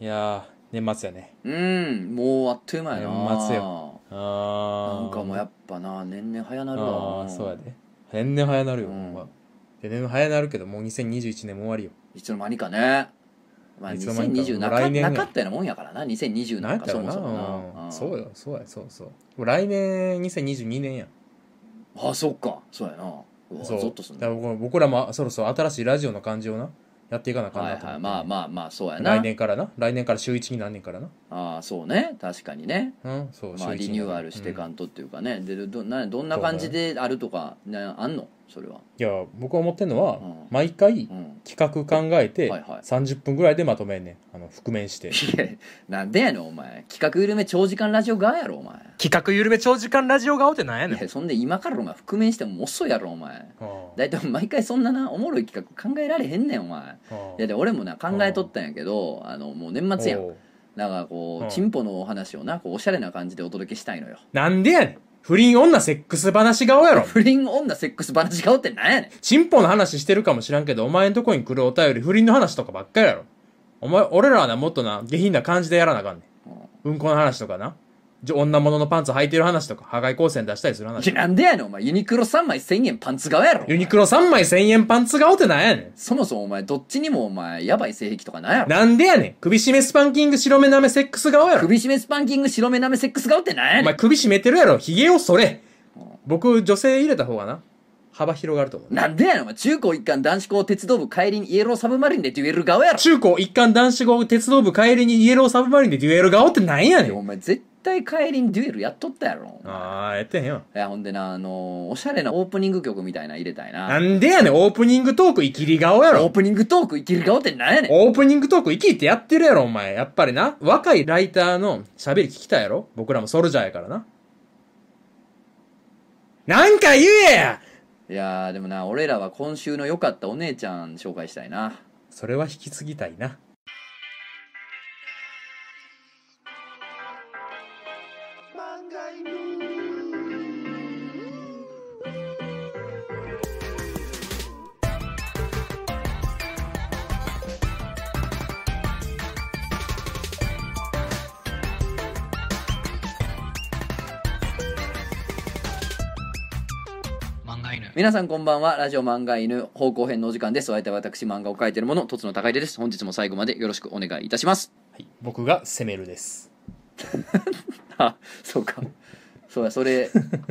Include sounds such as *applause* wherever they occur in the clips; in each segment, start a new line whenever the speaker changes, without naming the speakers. いやー年末やね
うんもうあっという間やな
年末よあ
な
ー
んかもうやっぱな年々早なる
あ
わ
ーそうやで年々早なるよ、
うん
ほんま年々早なるけどもう2021年も終わりよ
いつの間にかねまあ
いつの間にか
2020な
もう
か
来年や
なかったようなもんやからな
な
2020
ん
な
や
ん
っ
か
た
そ
ら
も
な
そも
う
なん
そう
よ
よそうやそうそうもう来年2022年やん
あそっかそうやなうわゾ
そう
ッとすん
だ
な
から僕僕らもそろそろ新しいラジオの感じをなやっていかなあかん
は
ないと思
は
っ
い
て
まあまあまあそうやな
来年からな来年から週1になんねんからな
ああそうね確かにね
うんそう、
まあ
週一
リ
に
ニ
な
ュ
る
ーアルしてかんとっていうかねでどなどんな感じであるとかねあんのそれは
うんいや僕が思ってんのは、
うん
毎回
うん
企画考えて
はいはい
30分ぐらいでまとめんねんあの覆面して
いやなんでやねんお前企画緩め長時間ラジオ側やろお前
企画緩め長時間ラジオ顔ってなんやね
いやそんで今からお前覆面しても遅いやろお前
ああ
大体毎回そんななおもろい企画考えられへんねんお前
ああ
いやで俺もな考えとったんやけどあのもう年末やん
おう
だからこ
うん
うチンポのお話をなこうおしゃれな感じでお届けしたいのよ
なんでやねん不倫女セックス話顔
*laughs*
やろ
不倫女セックス話顔ってなんやねん
チンポの話してるかもしらんけど、お前んとこに来るお便り不倫の話とかばっかりやろ。お前、俺らはな、もっとな、下品な感じでやらなあかんねん。うんこの話とかな。じょ女物のパンツ履いてる話とか、破壊光線出したりする
いや
話。
なんでやねんお前ユニクロ3枚1000円パンツ顔やろ
ユニクロ3枚1000円パンツ顔ってなんやね
そもそもお前どっちにもお前やばい性癖とかなんや
ん。
ろ
なんでやねん。首絞めスパンキング白目なめセックス顔やろ。
首絞めスパンキング白目なめセックス顔ってな
*laughs*
んや
お
ね
前
ん
首絞めてるやろ。髭をそれ。僕、女性入れた方がな、幅広がると思う。
なんでやねんお前中高一貫男子校鉄道部帰りにイエローサブマリンでデュエル顔やろ
中高一貫男子校鉄道部帰りにイエローサブマリンでデュエル顔ってなんやね
いや
ん。
お前絶対帰りにデュエルやっとったやろ
あー、やってへんよ。
いやほんでなあのーおしゃれなオープニング曲みたいなの入れたいな
なんでやねん、オープニングトークイキリ顔や
オー
ろ。
プニングトーク生きる顔ってなんやねん
オープニングトークイキリってやってるやろ、お前。やっぱりな。若いライターの喋り聞きたいやろ。僕らもソルジャーやからな。なんか言えや
いやーでもな俺らは今週の良かったお姉ちゃん紹介したいな
それは引き継ぎたいな。
漫画犬
皆さんこんばんはラジオ漫画犬方向編のお時間ですお相手は私漫画を描いてる者とつの高出です本日も最後までよろしくお願いいたします
はい、僕が攻めるです。
あそうかそうやそ
*laughs*
れ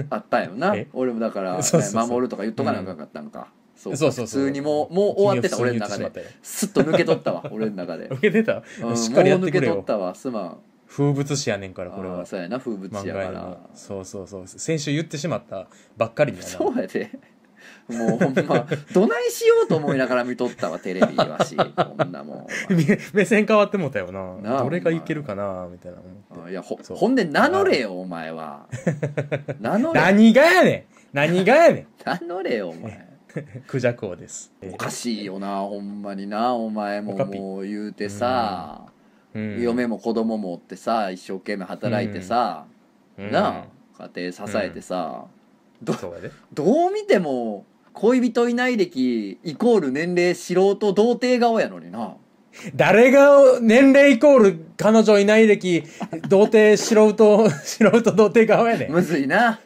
あったよな
え
俺もだから、ね
そうそうそう
守るとか言っとかなあかんかったんか、そうか
そうそうそう
普通にもうもう終わってた
君は
俺
普通に言っ
の
て
中
しまった
で
よ
すっと抜け取
*laughs*
ったわ俺の中で、
受けてた
うん、もう
しっかりやっ
抜
てく
け
れ
取っ
よ。
たわすまん
風物詩やねんから、これ
あ
は
ー。そうやな風物詩
漫
や
画
か
や
ら
の。そうそうそう。先週言ってしまったばっかりにやな。
そうやでもうほんまどないしようと思いながら見とったわテレビわしこんなもん
*laughs* *laughs* 目目線変わってもうたよな
なあ
どれがいけるかなみたいな思っ
お前
て
いやほ
そう
ほんで名乗れよお
*laughs*
前は名乗れ
何がやねん *laughs* 何がやね
名乗れよお前
んクジャク王です、え
おかしいよなほんまになお前も
おかぴ
もう言うてさ、
うん
嫁も子供もおってさ一生懸命働いてさ、
うん
なあ家庭支えてさ、ど
そうやで
どう見ても恋人いない歴イコール年齢素人童貞顔やのにな
誰が年齢イコール彼女いない歴童貞素 *laughs* 人素人童貞側やねん
むずいな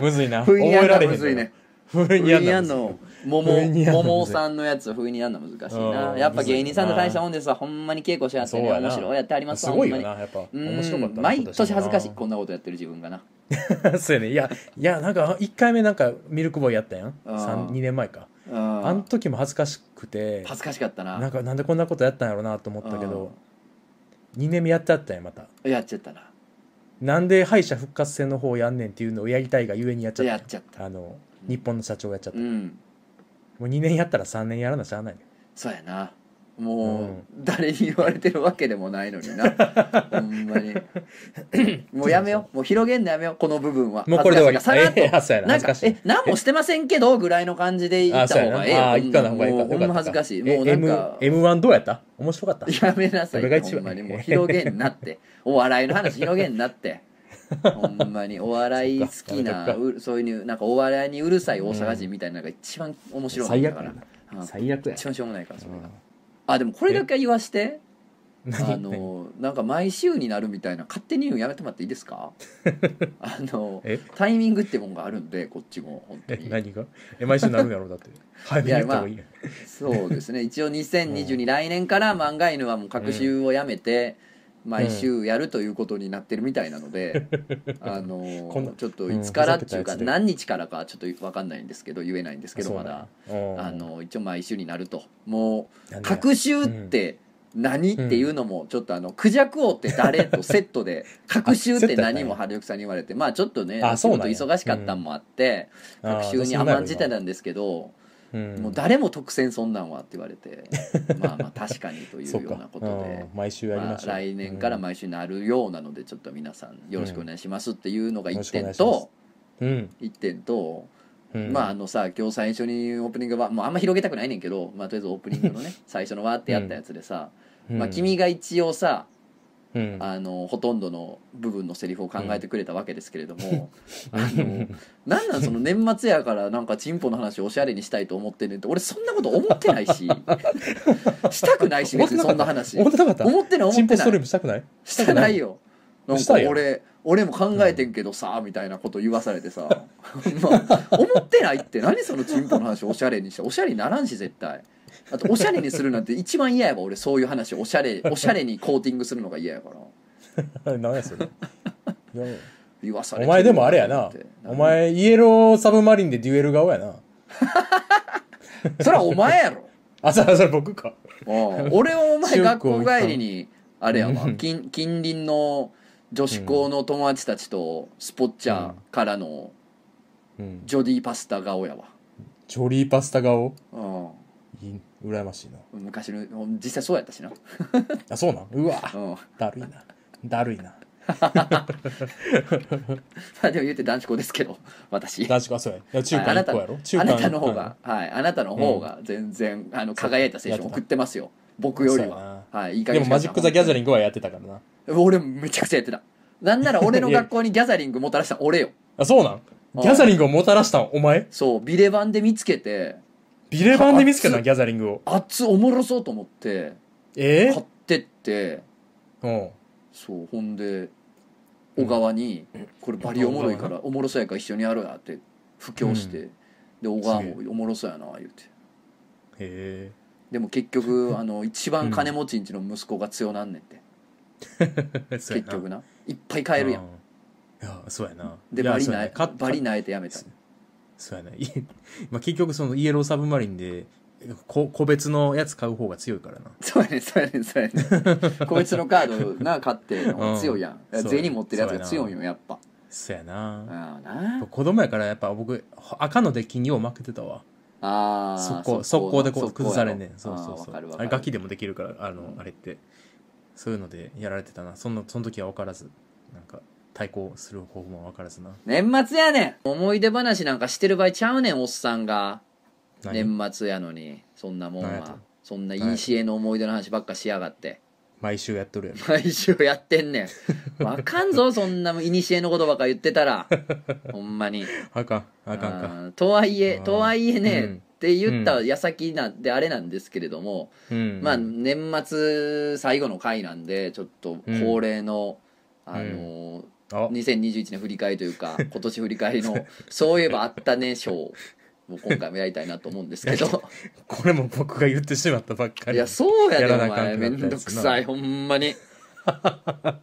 むずいな
ふ
覚
いにゃ
え
ん
ら
が
れへん
むずいね
ふ
ふ
い
い
にゃん
に
な
ゃ
んんで
のもも
ふいにゃんのむずい
ももさんのやつをふいにゃんの難しい
うん
なやっぱ芸人さんと大したもんですわほんまに稽古しやっ
す
て
よ
ね
そうや
面
な
白いやってあります
す
わ
ごいよな
ほんまに
やっぱ
うん
面白かったな
毎年恥ずかしい
今
こんなことやってる自分がな
年な *laughs* そうやねいやいやなんか1回目なんかミルクボーイやったやん
うん
2年前か
うん
あの時も恥ずかしくて
恥ずかしかった
なん
な
かなんでこんなことやったんやろうなと思ったけど2年目やっちゃったんやまた
やっちゃったな
なんで敗者復活戦の方やんねんっていうのをやりたいがゆえにやっちゃったん
やっちゃった
あの日本の社長がやっちゃった、
う
も
ん
う2年やったら3年やらなしゃあないね
そうやなもう誰に言われてるわけでもない
*laughs*
のになほんまにもうやめようもう広げんのやめようこの部分は
もうこれで終わり
恥ずかしいからさらっと
ええあそうやな
な
恥
ん
ず
か
かしい
え何もしてませんけどぐらいの感じで言った方がええよ
ああ行かない方がいいか
もうほんま恥ずかしいもうなんか
M M1 どうやった面白かった
やめなさい
それが
よ
一
ほ
番
んまにもう広げんなってお笑いの話広げんなってほんまにお笑い好き
そ
な
っか
うそういうなんかお笑いにうるさい大阪人みたいなのが一番面白いんだから
最悪や
うん
最悪や
一番しょうもないからそれが
うん
あでもこれだけは言わしてあのなんか毎週になるみたいな勝手に言うのやめてもらっていいで
*laughs*
すかあの
え
タイミングってもんがあるんでこっちも本当
え
に
何がえ毎週なるんやろだって早めに言った方がいいやん
そうですね一応2022、来年から漫画犬はもう各週をやめて、毎週やるということになってるみたいなので、
*laughs*
あ
こんな
のちょっといつからっていうか、
うんふざけたやつで
何日からかちょっと分かんないんですけど言えないんですけど
そう
ま
なん
だ
や、うん
あの一応毎週になるとも
な
うん
でや
各週って何、
うん
っていうのもちょっとあの「クジャク王って誰?」とセッ
*laughs*
トで「各週って
セットやったん
何?」
や
も春之さんに言われてまあちょっとね
あそうなんや
仕事忙しかったんもあって、
あー
各週に甘んじてたんですけ
う
ど。
ん
もう誰も特選そんなんはって言わ
*laughs*
れてまあまあ確かにというようなこと
そう
で
かうん。毎週やり
ま
ま
あ、
しょう、
来年から
うん
毎週なるようなのでちょっと皆さんよろしくお願いしますっていうのが
よろ
1
しくお願
点
いします
と
うん
1点と、
うん
まああのさ今日最初にオープニングはもうあんま広げたくないねんけど、まあ、とりあえずオープニングの
*laughs*
ね最初のわーってやったやつでさ、
うん
まあ、君が一応さ
うん
あのほとんどの部分のセリフを考えてくれたわけですけれども、
*laughs*
あのなんなんその年末やからなんかチンポの話をおしゃれにしたいと思ってんねんって俺そんなこと思ってない
*laughs*
ししたくないし別にそんな話
思ってなかった
思ってない
チ
思っ
ン
て
ポス
な
トリー
い
ムしたくない *laughs*
してないよなん
し
か
たよ
俺俺も考えてんけどさ、みたいなこと言わされてさ、 *laughs* まあ思ってないって何そのチンポの話おしゃれにしておしゃれにならんし絶対あとおしゃれにするなんて一番嫌やわ俺そういう話おし
*laughs*
ゃれおしゃれにコーティングするのが嫌やから
何や
*laughs*
それいや
言わされて
お
る
前でもあれやな
と思って
お前イエローサブマリンでデュエル顔やな
それはお前や
*laughs*
ろ
あそれそれ僕か
うん俺はお前
中
学
高
校
一貫
帰りにあれやわ
うん
近近隣の女子校の友達たちとスポッチャーからの
うん
ジョディパスタ顔やわ、
ジョリーパスタ顔
う、
いい羨ましいなん
昔の実際そうやったしな、
あそうなんうわ
うん、ま
だるいなだるいな
あでも言って男子校ですけど私
男子かそうやいや中
はいあ
間
な
一
た
個やろ中
あ
間
なたの方が、はい、あなたの方が全然、あの輝いた青春送ってますよ僕より
そうや
は、はい、いい
うん
加
で
減
もマジック・ザ・ギャザ
リ
リングはやってたからな
ング俺めちゃくちゃやってたなんなら俺の学校にギャザリングもたらしたの
*laughs*
俺よ
あそうなん
うん
ギャザリングをもたらしたんお前
そうビレバンで見つけて
ビレバンで見つけた
あ *laughs*
なギャザリングを
あっつおもろそうと思って
え
買ってって
えうん
そうほんで小川に「これバリおもろいからおもろそうやから一緒にやろうや」って布教して、で小川
す
も「おもろそうやな」言うて
へ
でも結局あの一番金持ちんちの息子が強なんねんって、
え *laughs* そう
結
やな
局ないっぱい買えるやん
ういやそうやな
で
いや
バリ
そうや
な
ね
え
買っ
バリなえてやめた
そうやね。いまあ結局そのイエローサブマリンで、こ個別のやつ買う方が強いからな。
そうやねんそうやねんそうやね
*laughs*
んこいつのカードな買って
うん
強いやん
そうや
銭持ってるやつが強いよやっぱ
そや
あ
な。
あな
子供やからやっぱ僕、赤のデッキによう負けてたわ。
あー
速攻、速攻でこう
速攻や
崩さ
ろ
れんねん。そう
あ
そ
ー
う
わ
そ
かる
う
わ。
あ
か
れ
る
ガキでもできるから、あ
う
の
ん、
あれって。そういうのでやられてたな。そんな、その時は分からず。なんか、対抗する方法も分からずな。
年末やねん思い出話なんかしてる場合ちゃうねんおっさんが
何
年末やのにそんなもん
何や
は
と
そんないいしえの思い出の話ばっかしやがって
毎週やっとるやろ。
毎週やってんねんわかんぞそんないにしえのことばっか言ってた
*laughs*
らほんまに
*laughs* あかん、あかん
あ
か。
ーとはいえ
あー
とはいえね、
うん
って言った矢先なんであれなんですけれども、
うん。
まあ年末最後の回なんでちょっと恒例の、あのー
あ、
2021年振り返りという
*laughs*
か今年振り返りのそういえばあったね賞を今回もやりたいなと思うんですけど
これも僕が言ってしまったばっか
い
り。
やそうや
や
で
ら
お
なあかん
前
く
め
なったやつなん
どくさいほん
*laughs*
まにまあ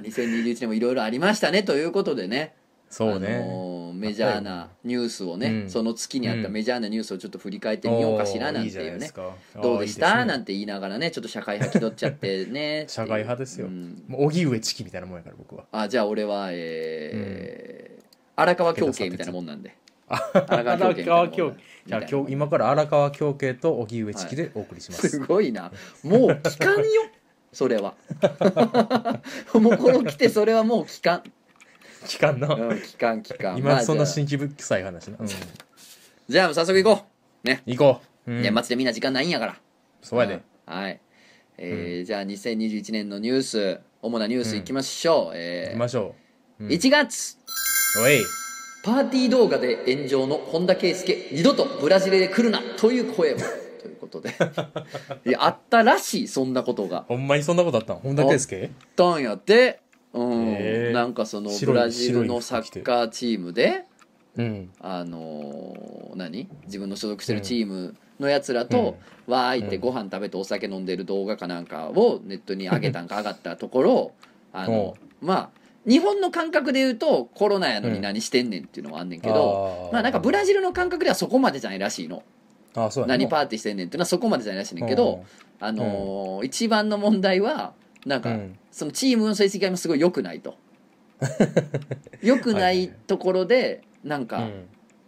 2021年もいろいろありましたねということでね
そう
あ
ね。
のーメジャーなニュースをね、
うん
その月にあったメジャーなニュースをちょっと振り返ってみようかしらなんていうねどうでした
ん
なんて言いながらねちょっと社会派気取っちゃってね
*laughs* 社会派ですよ
うん
もう荻上チキみたいなもんやから僕は
あじゃあ俺はえー荒川京慶みたいなもんなんで
*laughs*
荒みたいなもんなんでみ
じ
たい
ゃあ
な
今日今から荒川京慶と荻上チキでお送りしますす、
ごいなもう聞かんよそれは *laughs* もうこの来てそれはもう聞かん、
期間の、
うん、聞かん聞かんま
今
あ
そんな
じゃあ
新規臭い話な、うん、
じゃあ早速行こうね、
行こう、うん、
年末でみんな時間 *laughs* ないんやから
そうやで、
うんはい、えーじゃあ2021年のニュース主なニュースいきましょう、え
行
ー
きましょう、うん、
1月
おい
パーティー動画で炎上の本田圭佑二度とブラジルで来るなという声をとい
*laughs*
うことでいやあったらしいそんなことがあっ
ほんまにそんなことあったの本田圭佑
たんやってうん、
へえ
なんかそのブ
白い
ラジルのサッカーチームで
うん。
あのー何自分の所属してるチームのやつらと、わーいって
うん
ご飯食べてお酒飲んでる動画かなんかをネットに上げたんか上がったところあのまあ日本の感覚で言うとコロナやの
う
に
ん
何してんねんっていうのもあんねんけど、まあなんかブラ
ジ
ジルの感覚ではそこまでじゃないらしいの
ル、あそうやな
何パーティーしてんねんっていうのはそこまでじゃないらしいねんけど、、あのー一番の問題はなん
う
か、
んうん
そのチームの成績がすごい良くない
*laughs*
と良くないところでなんか、
うん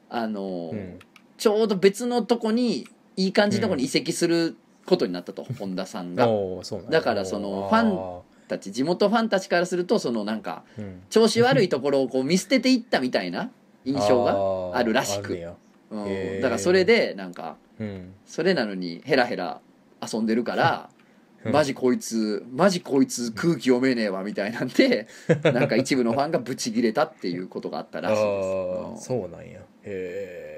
あのー
うん
ちょうど別のとこにいい感じのとこに移籍することになったと、本田さんが
おーそうなんや
だからそのファンたち地元ファンたちからするとそのなんか
あーうん
調子悪いところをこう見捨てていったみたいな印象が、
が
あるらしくう
へ
ん、
ー
だからそれでなんか
うん、
それなのにヘラヘラ遊んでるから、
うん
マジこいつマジこいつ空気読めねえわみたいな
*laughs*
んでなんか一部のファンがブチギレたっていうことがあったらしい
あー
です。
そうなんやへ
うん
え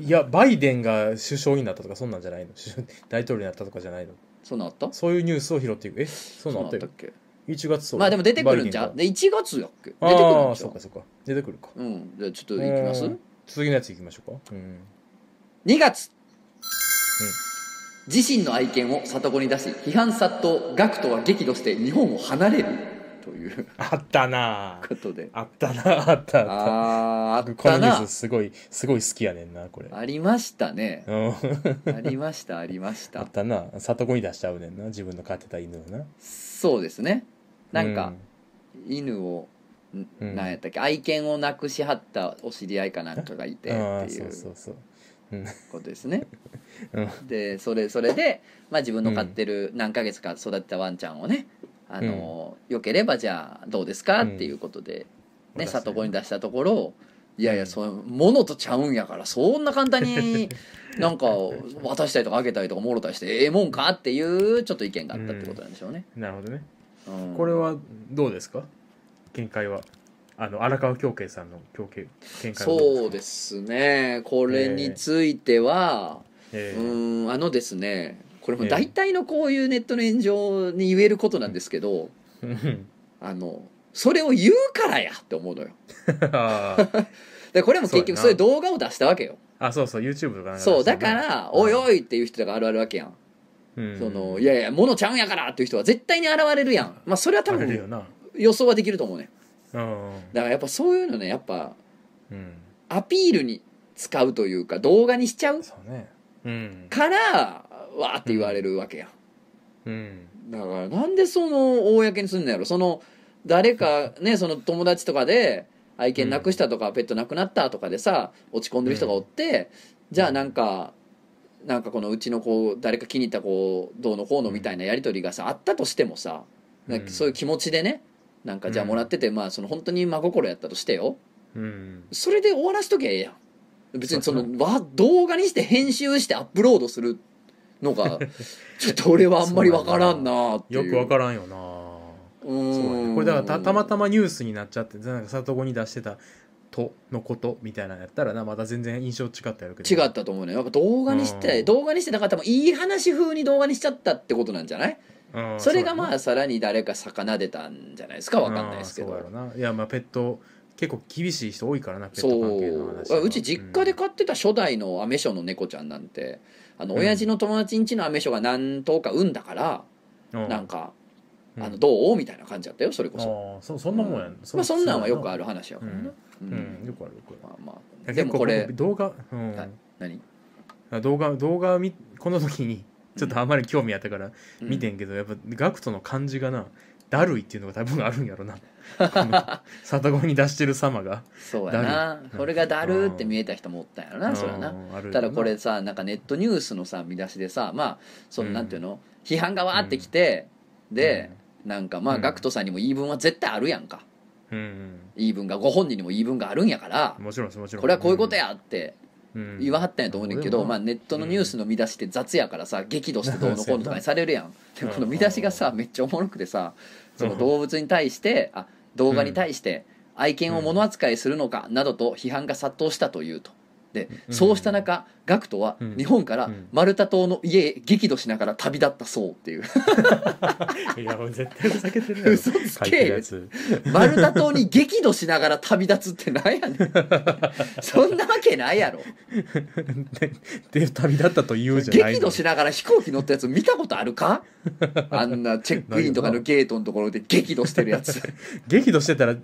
いやバイデンが首相になったとかそんなんじゃないの首相大統領になったとかじゃないの
そんなんあった
そういうニュースを拾っていくえそう
そ
なんん
な
あ
ん
っ
あ
た
った
よ
っけ
1月そう
まあでも出てくるんじゃ
バ
ん
イデ
で1月やっけ出て
ンが
くるんじ
あ
ゃ
あ
ん
そうかそうか出てくるか
うん、じゃあちょっといきます
うん次のやついきましょうかうん
2月、自身の愛犬を里子に出し批判殺到ガクトは激怒して日本を離れるという
あったなあ
ことで
あったなあったあった
あーあっ
僕この
た
ニュー
な
スすごいすごい好きやねんなこれ
ありましたね
うん *laughs*
ありましたありまし
あ
た
ったな里子に出しちゃうねんな自分の飼ってた犬をな
そうですねなん
う
か犬を、ん
うん
なんやったっけ愛犬を亡くしはったお知り合いかなんかがいて
ああ
ってい
そう
う
そうそう
ことですね
うん
でそれそれで、まあ、自分の飼ってる何ヶ月か育てたワンちゃんをね、あのよければじゃあどうですか
うん
っていうことで、ね
私
里子に出したところいやいやそのものとちゃうんやからそんな簡
*laughs*
単になんか渡したりとかあげたりとかもろたりしてええもんかっていうちょっと意見があったってことなんでしょうね。
なるほどね
うん
これはどうですか見解はあの荒川京慶さんの京慶見解はど
そう
う
ですすねこれについて
か
は、
え
う
ー
ーんあのですねこれも
ええ
大体のこういうネットの炎上に言えることなんですけど、
うん
あのそれを言うからやって思うのよ
*laughs* あー
でこれも結局
そ
そう
う
い
や
う
な
動画を出したわけよ
あそうそう YouTube とかなんか
そうだから「おいおい」っていう人があるあるわけやん、
うん
そのいやいや物ちゃうんやからっていう人は絶対に現れるやんまあそれは多
あれるよ
分
な
予想はできると思うね
うん
だからやっぱそういうのねやっぱ
うん
アピールに使うというか動画にしちゃう
そうねうん
からわーって言われるわけやん
うん
だからなんでその公にすんのやろその誰かねその友達とかで愛犬なくしたとか、ペットなくなったとかでさ落ち込んでる人がおって、じゃあなんかなんかこのうちの子誰か気に入った子どうのこうのみたいなやり取りがさあったとしてもさ、なんかそういう気持ちでねなんかじゃあ
うん
もらってて、まあその本当に真心やったとしてよ
うん
それで終わらしときゃええやん別にその
そう
わ動画にして編集してアップロードする
*laughs*
のがちょっと俺はあんまりわからんなーってい
よ
う
くわからんよな
そ
そうやねこれだからたたまた
ま
まニュースになっちゃってなんか里子に出してた「と」のことみたいなのやったらなまた全然印象違ったやるけ
違
ど
ったと思うねやっぱ動画にして、
うん
動画にしてなかったもういい話風に動画にしちゃったってことなんじゃない、
うん
それが
うやな
まあさらに誰か魚でたんじゃないですかわかんないですけ
あー
ど
そうやろないやまあペット結構厳しい人多いからなペッ
そ
ト関係の話は
ううち実家で飼ってた初代のアメショの猫ちゃんなんてあの親父の友達ん家のアメショが何頭か産んだから、
うん
なんか、
うん
あのどうみたいな感じだったよそれこそ、
ああそそんなもんやん、
まあ、そんなんはよくあ
る
る話やからな、う
うんんよくあるよくあ
まあまあ
る
でもこれ
結構動画うん、
はい何、
動画動画見この時にちょっとあんまり興味あったから
うん
見てんけど、やっぱガクトの感じがなだるいっていうのが多分あるんやろ
*laughs*
なこの里子に出してる様が
そうやな
だる
これがだるって見えた人もおったんやろなそれはな
うんあるよな
ただこれさなんかネットニュースのさ見出しでさまあその
うん
なんていうの、批判がわーってきて、で、なんかまあ
うん
GACKT さんにも言い分は絶対あるやんか
うん、
言い分がご本人にも言い分があるんやから
うん、もちろんですもちろん
これはこういうこと、やって
うん
言わはったんやと思うねんけど、
うん
まあ、ネットのニュースの見出しって雑やからさ、激怒してどうのこうのとかにされる
*laughs*
やん
う
で
ん
この見出しがさめっちゃおもろくてさその動物に対してあ動画に対して愛犬を物扱いするのかなどと批判が殺到したというとで
うん
そうした中ガクトは
うん
日本から
うん
マルタ島の家へ激怒しながら旅立ったそうっていう *laughs*
いや、もう絶対ふざけてるやろ。
嘘つ
書い
け
てるやつ。 *laughs*
マルタ島に激怒しながら旅立つってなん
*laughs*
やねんそんなわけないやろ
で、旅立ったと言うじゃない
激怒しながら飛行機乗ったやつ見たことあるか
*laughs*
あんなチェックインとかのゲートのところで激怒してるや
*laughs*
つ
激怒してたら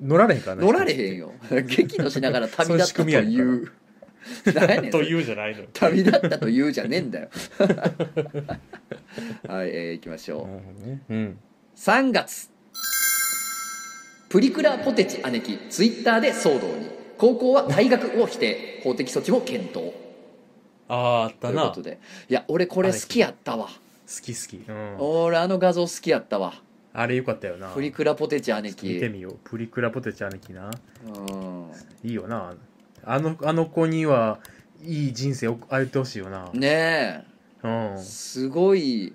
乗られへんからね
乗られへんよ激怒しながら旅立ったと
そうい
いうう何やねんそ
と
れ
言うじゃないのよ。
旅立ったと言うじゃねえんだよ *laughs* はい、えー、いきましょう、
うん。
3月プリクラポテチ姉貴ツイッターで騒動に高校は退学を否定法的措置も検討
ああ、あっ
と
た
いう
な。
こと
好
でいや俺これ好きやったわ
き好き。うん。
俺あの画像好きやったわ
あれよかったよな。
プリクラポテチ姉
見て
貴
みよう。プリクラポテチ姉貴な。
う
いいよな。あの、あの子には、いい人生を歩いてほしいよな。
んね
うん
え。すごい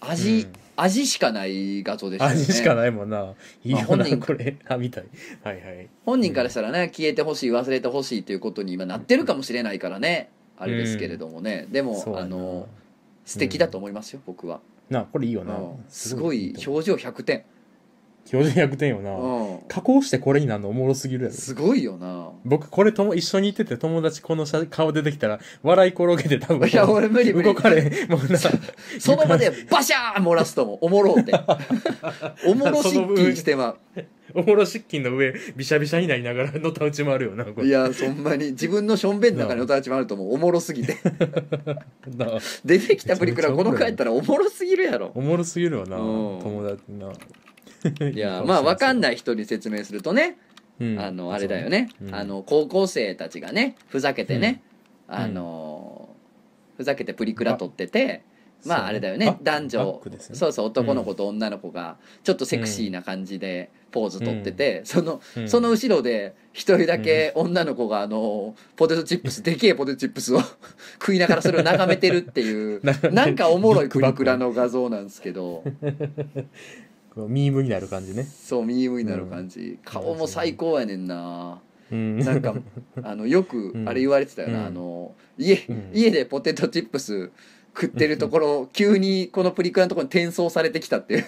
味、
うん
味しかない画像でしたね
味しかないもんな。いい
まあ
よ
本
な、
人
これ。 *laughs* あ、みたい。はいはい。
本人からしたらね消えてほしい忘れてほしいということに今なってるかもしれないからねあれですけれどもね、でも
そうや
あ
な
の素敵だと思いますよ、僕は、
な、これいいよ
う
な。
ん、すごい
表
表情100点、
情100点よな。
うん、
加工してこれになるのおもろすぎるやろ。
すごいよな
僕これとも一緒にいてて友達この写顔出てきたら笑い転げて多分
*laughs* いや俺無理無
動
理
かれへんもうな
その場でバシャーン漏らすともおもろ
*laughs*
うておもろしっきりしてま
おもろしっきんの上びしゃびしゃになりながらのたうち回るよなこ
うい
れ
やそんなに自分のしょんべんの中にお友達もあるともうおもろすぎて
な
出てきたプリクラこの子やったらおもろすぎるやろ
おもろすぎるよな
うん
友達な
いやまあわかん
ない、
ない人に説明するとね
*laughs* うん
あのあれだよね、
うん
あの高校生たちがねふざけてね、あのーふざけてプリクラ撮ってて
そう
まああれだよね
バッ
男
バッ
女
クですね
そうそう男の子と女の子がちょっとセクシーな感じでポーズ撮ってて、その
うん
その後ろで一人だけ女の子があのーポテトチップスでけえポテトチップスを *laughs* 食いながらそれを眺めてるってい
*laughs*
う
眺めてる
なんかおもろいプリクラの画像なんですけど
こうミームになる感じね、
そうミームになる感じ顔も最高やねんな。
うん、
なんかあのよく
うん
あれ言われてたよな、
うん
あの家
うん
家でポテトチップス食ってるところ急にこのプリクラのところに転送されてきたって
*laughs*
いう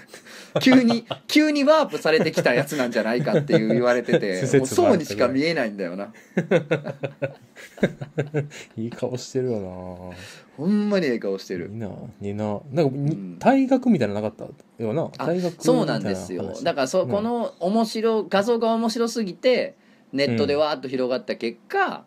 急に急にワープされてきたやつなんじゃないかっていう言われて
*laughs* 施
て
設
もうそうにしか見えないんだよな
*laughs*
い
い顔してるよ
ほんまにええ顔して
な
る
いいなにななんか、に
うん
退学みたいなのなかったよな
あ
退学
そうなんですよだ
か
からそ
うん
この面白画像が面白すぎてネットでわーっと広がった結果、
ら、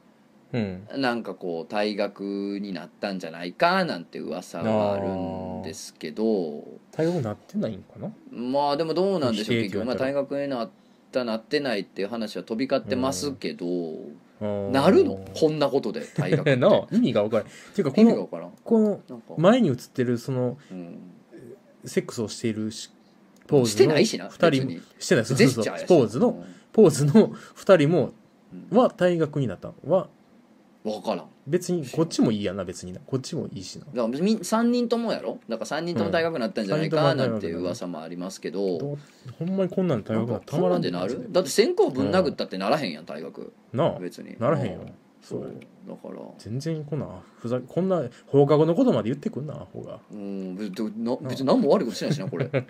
うん、
なんかこう退学になったんじゃないかなんて噂があるんですけど
退学なってないんかな
まあでもどうなんでし
否
ょう
定
結局、
って言わ
まあ、
れたら
大学へなったなってないっていう話は飛び交ってますけど、
うん
な
*laughs*
るのこんなことで大学って
な意味が分からないっていうかこ
意味が
の
分からん
この
なんか、
前に映ってるその
うん、
セックスをしているしポーズの
してないしな
2
別
人も
に
してないそう
ジ
そ
ェ
うそ
スチャーや
う
し
ポーズの、ポーズの2人 *laughs* も
うん
は退学になったは
分からんだか
別にこっちもいいやな別になこっちもいいしな
らみ3人ともやろだから3人とも大学になったんじゃない
うん三
か
人とも大学
なんていう噂もありますけど,、
どうほんまにこんなんで退
なん
学な
か
んてた
こ
まら
んなん
ん
で
で
なるだって先行ぶん殴ったってならへんやん大学
なあ
別に
ならへんよ
そ
そうう
だから
全然こんなふざけこんな放課後のことまで言ってくんなアホが
うん別にな別に何も悪いことしてないしな
*laughs*
これ
な
*laughs*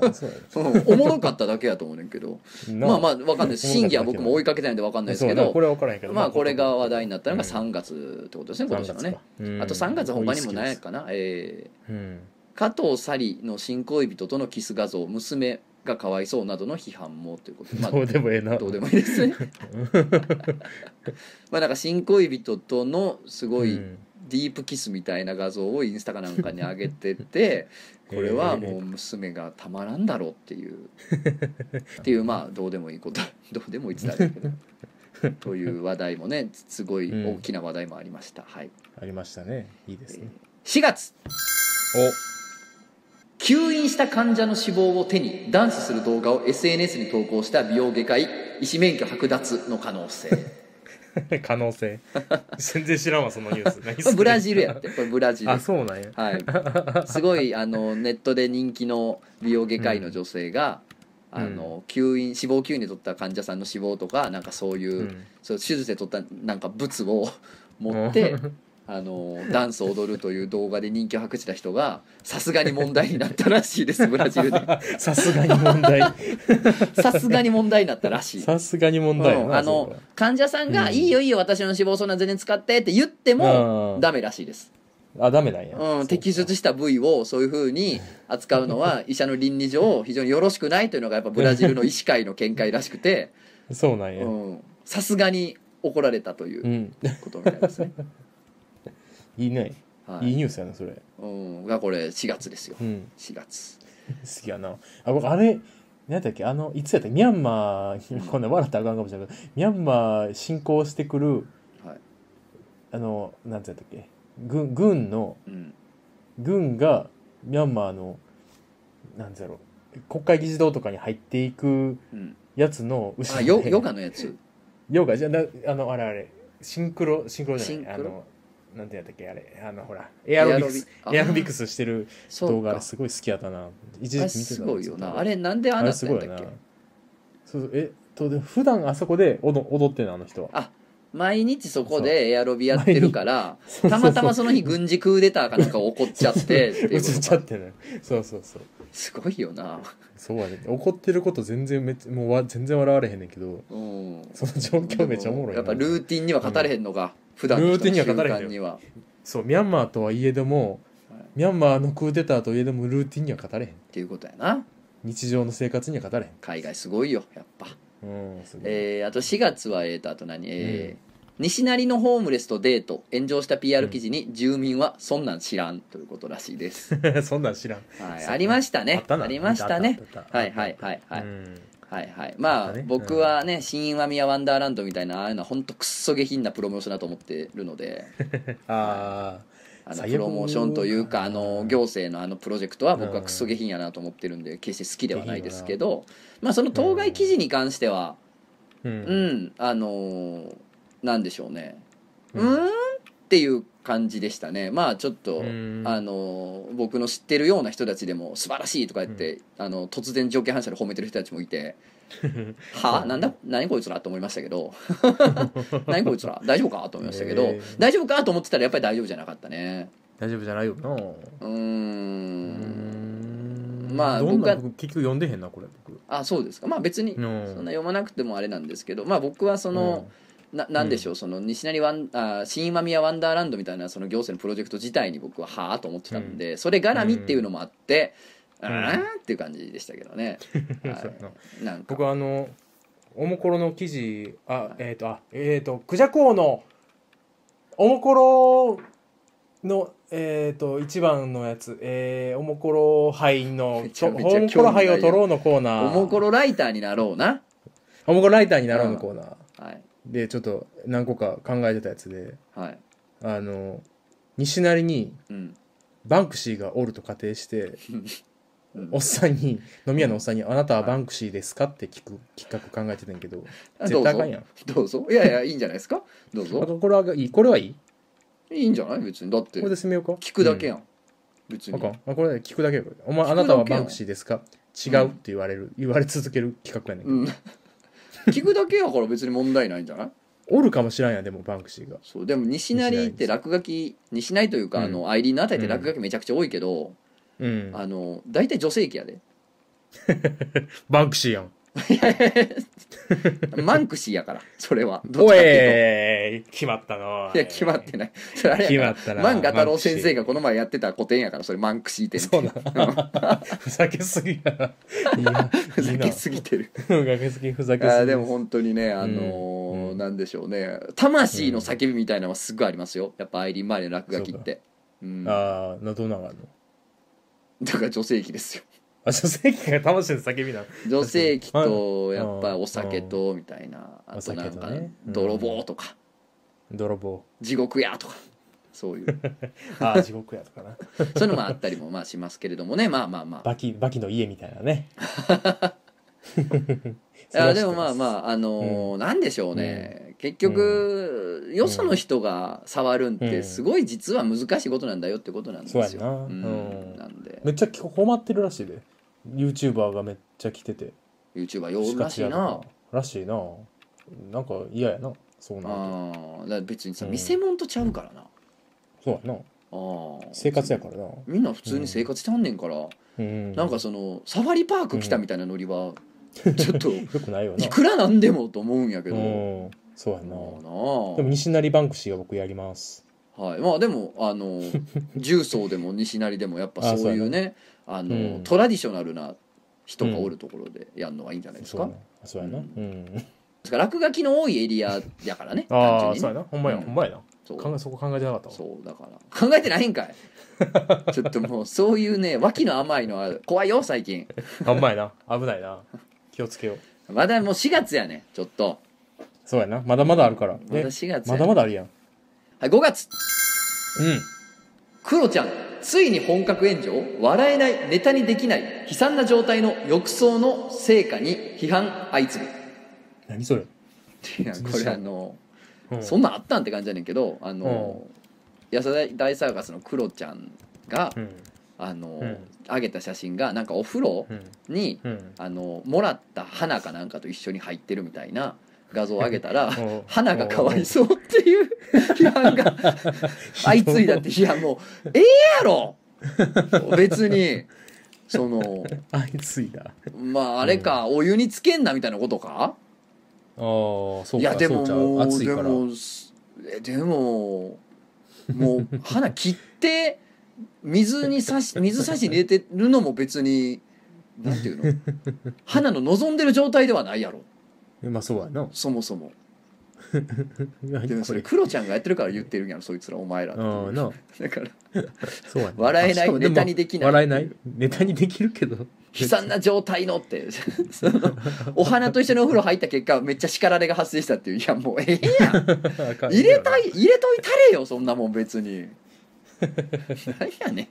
あそうや
うんおもろかっただけやと思うねんけど
な
まあまあわかんない
思うことだけ
です真偽は僕も追いかけてないんでわかんないですけ
そうやな
ど
これは分からへんけど
まあこれが話題になったのが
うん
3月ってことですね今
三
年
月
のね
かうん
あと3月他にも
これ
何
好
や
きで
かなえ
すうん
ー加藤サリの新恋人とのキス画像娘がかわいそうなどの批判もということでま
どうでもええな
あどうでもいい
*laughs*
ですねまあなんか新恋人とのすごい
うん
ディープキスみたいな画像をインスタかなんかに上げててこれはもう娘がたまらんだろうっていうっていうまあどうでもいいことどうでもいいって言ったらあれだけどという話題もねすごい大きな話題もありました、はい
ありましたねいいですね
4月吸引した患者の死亡を手にダンスする動画を SNS に投稿した美容外科医医師免許剥奪の可能性
お *laughs* 可能性全然知らんわそのニュース何
こ
そ
れ
れ
ブラジルやってこれブラジル
あそうなんや
は
*laughs*
い、すごいあのネットで人気の美容外科医の女性が、
うん
あの吸引死亡吸引で取った患者さんの死亡とかなんかそういう,、
うん *laughs*
そう手術で取ったなんか物を持ってあのダンスを踊るという動画で人気を博した人がさすがに問題になったらし
*laughs*
いですブラジルで
さすがに問題。
*laughs* さすがに問題になったらし
*laughs*
い
さすがに問題や
うん
な。
あの患者さんが「
うん
いいよいいよ私の脂肪そんな全然使って」って言っても
うん
ダメらしいで
そ
す、
れはあ、ダメなんや。
う
そ
ん、
う
摘出した部位をそういうふうに扱うのは医者の倫理上非常によろしくないというのがやっぱブラジルの医師会の見解らしくて
そうなんや。
う
うん。
さすがに怒られたというんことみたいですね、
*laughs* いいね。
はい
い
い
ニュースやな、それ。
うん、がこれ4月ですよ
うん。
4月
好きやな。あ、僕、あれ、何だっけ、あの、いつやったっけミャンマー、 *laughs* こんな笑ったらあかんかもしれないけど、ミャンマー侵攻してくる、
はい
あの、なんてやったっけ、軍、軍の、
うん
軍がミャンマーの、なんてやろう、国会議事堂とかに入っていく
うん、
やつの後
あ
ろ
ヨ
で
ヨガのやつ
ヨガじゃなあのあれあれシンクロシンクロじゃない
シ
あ
ンクロ
のなんてやったっけあれあのほらエアロビクス
エアロビ
エアロビクスしてる
そう
動画あ
か
れすごい好きやったな一
あれ
時期見て
す
た
ごいよなあ
れ
れなんであ
あ
あな
れ
った
す
ん
ご
だ
いよ
っ
な
け
そうそうえっとで普段あそこで踊踊ってんのあの人は
あ毎日そこでエアロビやってるから
そう
たまたま
そう
その日軍事クーデターかなんか起こっちゃってって
そう *laughs*
い
映
う
っ
こと
ちゃ
か
ってねそうそうそう
すごいよな
そうやね怒ってること全然めっちゃもうわ全然笑われへんねんけど
うん
その状況めっちゃおもろいな
やっぱルーティンには語れへんのが普段の人の習慣には
そうミャンマーとはいえども
はい
ミャンマーのクーデターといえどもルーティンには語れへん
っていうことやな
日常の生活には語れ
海外すごいよやっぱ
へんうんすごい
えーあと4月はえーとあと何えー西成のホームレスとデート炎上した PR 記事に住民はそんなん知らんということらしいです、
*laughs* そんなん知らん。
はい、
そう
ありました
あ
ね
った
あ
な
りましたね。
あったあったあった
はいはいはいはい、
うん
はいはいま
な
あ、
んかね
僕はね「新和宮ワンダーランド」みたいなああいうのは本当くっそ下品なプロモーションだと思ってるので
あ
あの
最悪
プロモーションというかあの行政のあのプロジェクトは僕は
うん
くっそ下品やなと思ってるんで決して好きではないですけど、まあ、その当該記事に関しては
あ。う。
うんんあのーなんでしょうねう
うん
ーんっていう感じでしたねまあちょっと、
うん
あのー僕の知ってるような人たちでも素晴らしいとか言って、あの突然条件反射で褒めてる人たちもいて。
*laughs*
はあ、なんだ何こいつらと思いましたけど何こいつら大丈夫かと思いましたけど、
えー
大丈夫かと思ってたらやっぱり大丈夫じゃなかったね
大丈夫じゃないよな。
うー
うんん
まあ
どん
僕は
な僕結局読んでへんなこれ僕。
あそうですかまあ別にそん
そ
な読まなくてもあれなんですけどまあ僕はその、ななんでしょうその西成ワンあ新今宮ワンダーランドみたいなその行政のプロジェクト自体に僕ははあと思ってたんで、それ絡みっていうのもあって、う、
うんん
あーっていう感じでしたけど
*laughs*
ね、はい、なんか
僕はあのおもころの記事あえっとあえっとクジャコウのおもころのえっと一番のやつえーおもころ杯の
めち
と
ゃ
お
めちゃ興味ない
もころ杯を取ろうのコーナ
お
ー。
もころライターになろうな、
おもころライターになろうのコーナー。
はい
でちょっと何個か考えてたやつで
はい
あの西成に
うん、
バンクシーがおると仮定して
うん
おっさんに飲み屋のおっさんに「あなたはバンクシーですか?」って聞く企画考えてたんやけど
あ
絶対あかんやん
どうぞいやいやいいんじゃないですかどう
*laughs* あ
ぞ
これはいいこれはいい
いいんじゃない別にだって
これで進めようか
聞くだけや
ん、
ん、別
うんあ
に
かんあこれ聞くだけよこれお前
聞
あ
くだけやん
なたはバンクシーですか違
ん
うって言われる、言われ続ける企画やねんけ
う
ど、
ん聞くだけやから別に問題ないんじゃない
おるかもしらんやんでもバンクシーが
そうでも西成って落書き西成というか、
うん
あのアイリーンのあたりって落書きめちゃくちゃ多いけど、
うん
あの大体女性器
*laughs*
やで
バンクシーやん
マンクシーやからそれはどっち
お
かっていう
えー、決まったの
といや決まってないそれあれや
決ま
か
ったな
らマンガ太郎先生がこの前やってた古典やからそれマンクシーって
そうな
*laughs*
ふざけすぎやな。いや、
ふざ
い
け
いな
すぎてる
ふざけすぎ、ふざ
い
けす
や
ぎ。
でも本当にねあのー
うん
なんでしょうね魂の叫びみたいなのはすごいありますよやっぱアイリーン・マーレの落書きってうんだか
ああ、な、どうなんかあんの
ら女性器ですよ
あ、女性器が魂の叫びなの。
女性器と
確かに
やっぱお酒とみたいなあ
お
と
酒
なん
と
か
ねうん
泥棒とか
泥棒。
地獄やとかそういう *laughs*
ああ、地獄やとかな。
そういうのもあったりもまあしますけれど
*laughs*
もねまあまあまあ
バキ、バキの家みたいな
*laughs*
ね。
いやでもまあま
あ。
ああのーなんでしょうね結局よその人が触るんっ
う
て
ん
すごい実は難しいことなんだよってことなんです
そう
よ
やな
うん
うん
なんで
めっちゃ困ってるらしいで。YouTuber がめっちゃ来てて。
YouTuber 用らしいな
らしいな。なんか嫌やな。そうなる
あーだから別にさ
うん
見せ物とちゃうからな、
そうやな
あー
生活やからな
みんな普通に生活してはんねんから、
うん
なんかそのサファリパーク来たみたいなノリは、ち
*laughs*
ょっとい
よくないよな
くらなんでもと思うんやけ
う
ど、
んそうやな
まあな
でも西成バンクシーは僕やります
はい、まあでもあの重曹でも西成でもやっぱ
あ
そうい
*laughs* そうう
ねあの、
うん
トラディショナルな人がおるところでやるのはいいんじゃないです
そう
か。
やなそうやなうん
ですから落書きの多いエリアやからね
*laughs* あ
単
あ
純
そうや
にね
なほんまや
うん
ほんまやな
そう
考えそこ考えてなかったわ
そうだから考えてないんかい *laughs* ちょっともうそういうね脇の甘いのは怖いよ最近
ほんまやな危ないな気をつけよう
まだもう4月やねちょっと
そうやなまだまだあるから
まだ
え
4月や
まだまだあるやん
はい5月
うん
クロちゃんついに本格炎上笑えないネタにできない悲惨な状態の浴槽の成果に批判相次ぐ
何それ
い
*laughs*
やこれあの、
うん
そんなんあったんって感じやねんけどあの、安田大サーカスのクロちゃんが、
うん
あの、
うん
上げた写真がなんかお風呂
うん
に、
うん
あのもらった花かなんかと一緒に入ってるみたいな画像を上げた
*laughs*
ら
うん
花がかわいそうっていう *laughs* 批判が相次いだって批判もうええやろ別にその
相次いだ
まああれか、お湯につけんなみたいなことか
ああそう
い
か
やで
そ
も
うちゃ
も
う
う
暑い
で
から
もすえでももう花切って水にさし水差しに入れてるのも別になんていうの花の望んでる状態ではないやろ
えまあそうやな
そもそもで
何
も
こ
そ
れ
れクロちゃんがやってるから言ってるんやろそいつらお前らって
うんな
だから
そうやな
笑えない
しかもでも
ネタにできない
笑えないネタにできるけど *laughs*
悲惨な状態のって *laughs* そのお花と一緒にお風呂入った結果めっちゃ叱られが発生したっていういやもうええやん
*laughs*
入れたい入れといたれよそんなもん別に何やねん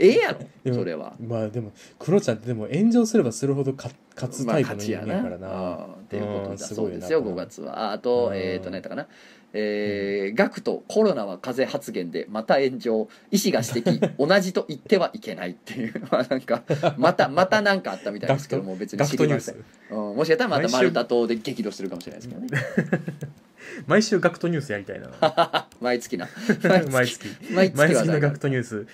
ええや
で
ろ
も
それは
まあでもクロちゃんってでも炎上すればするほどか勝つ
まあ
タイプ
勝
の
ち
人
や
間
な
やからな、
うんっていうことだ
うん
そうですよ
すご
5
いな
月はああと
うん
えっ、と何やったかなえー、ガクとコロナは風邪発言でまた炎上医師が指
*laughs*
摘同じと言ってはいけないっていう *laughs* まあなんかまたまたなんかあったみたいですけども別に
ガク
知
ト
り
ニュ
ま
ー
せん
ス、
うん、もしかしたらまた
毎週
丸太島で激怒してるかもしれないですけどね
毎週ガクトニュースやりたい
*laughs*
な
毎月な
*laughs* 毎
*laughs* 毎月
月毎
毎月は
月の
ない
ガクトニュース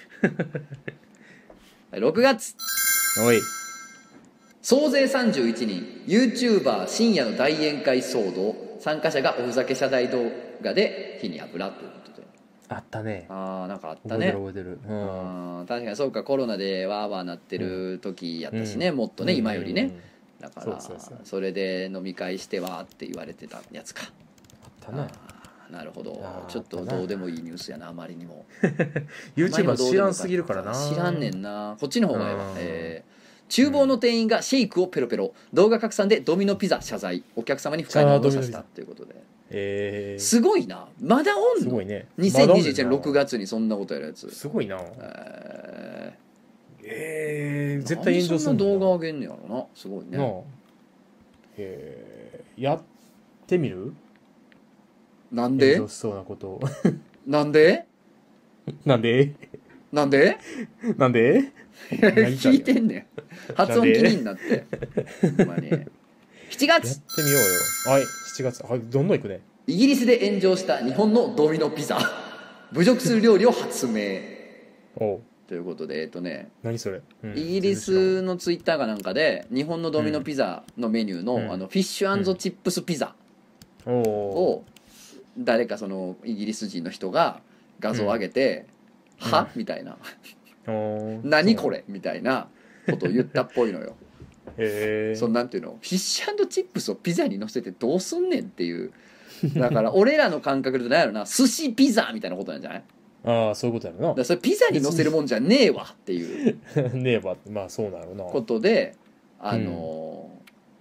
6月
おい
総勢31人 YouTuber 深夜の大宴会騒動参加者がおふざけ謝罪動画で火に油ということで
あったね
ああなんかあった
覚えてる
ね
覚えてる、う、
うんん確かにそうかコロナでわーわーなってる時やったしね、
うん
もっとね、今より
うん
ねだか
そう
ら
そうそう
それで飲み会してわーって言われてたやつか
あったな
あーなるほど
あー
ちょっ
あ
と
ったな
どうでもいいニュースやなあまりにも
YouTuber 知らんすぎるからな
知らんねんなこっちの方がええわ
うん
えー厨房の店員がシェイクをペロペロ動画拡散でドミノピザ謝罪お客様に不快な思いをさせ
あ
た
ー
ということで
えー、す
すごいなまだおん
ご
の
いね
2021年6
月
月にそんなことやるやつ
すごいな
え
えー、
ー
絶対炎上す
なん
る
でそんな動画上げんねやろなすごいね
なあえー、やってみる
なんで
炎上しそうなこと *laughs* を
なんで
なんで
なんで
なんで何ちゃう
*laughs* 聞
や
いてんねん発音気になってほんまに7
やっ
月
てみようよはい7月はいどんどんいくね
イギリスで炎上した日本のドミノピザ侮辱する料理を発明
おう
ということでえっとね
何それ、うん
イギリスのツイッターかなんかで日本のドミノピザのメニューの,、
うん
あのフィッシュチップスピザ
おお
を誰かそのイギリス人の人が画像を上げて「
うん
は?」みたいな
うお
「
う
何これ?」みたいなことを言ったっぽいのよ。
へ *laughs* え
そのなんていうのフィッシュチップスをピザに乗せてどうすんねんっていうだから俺らの感覚で何やろな寿司ピザみたいなことなんじゃないだか
ああそういうことやろ
らそれピザに乗せるもんじゃねえわっていう。
なねえばまあそうなるな
ことで、あの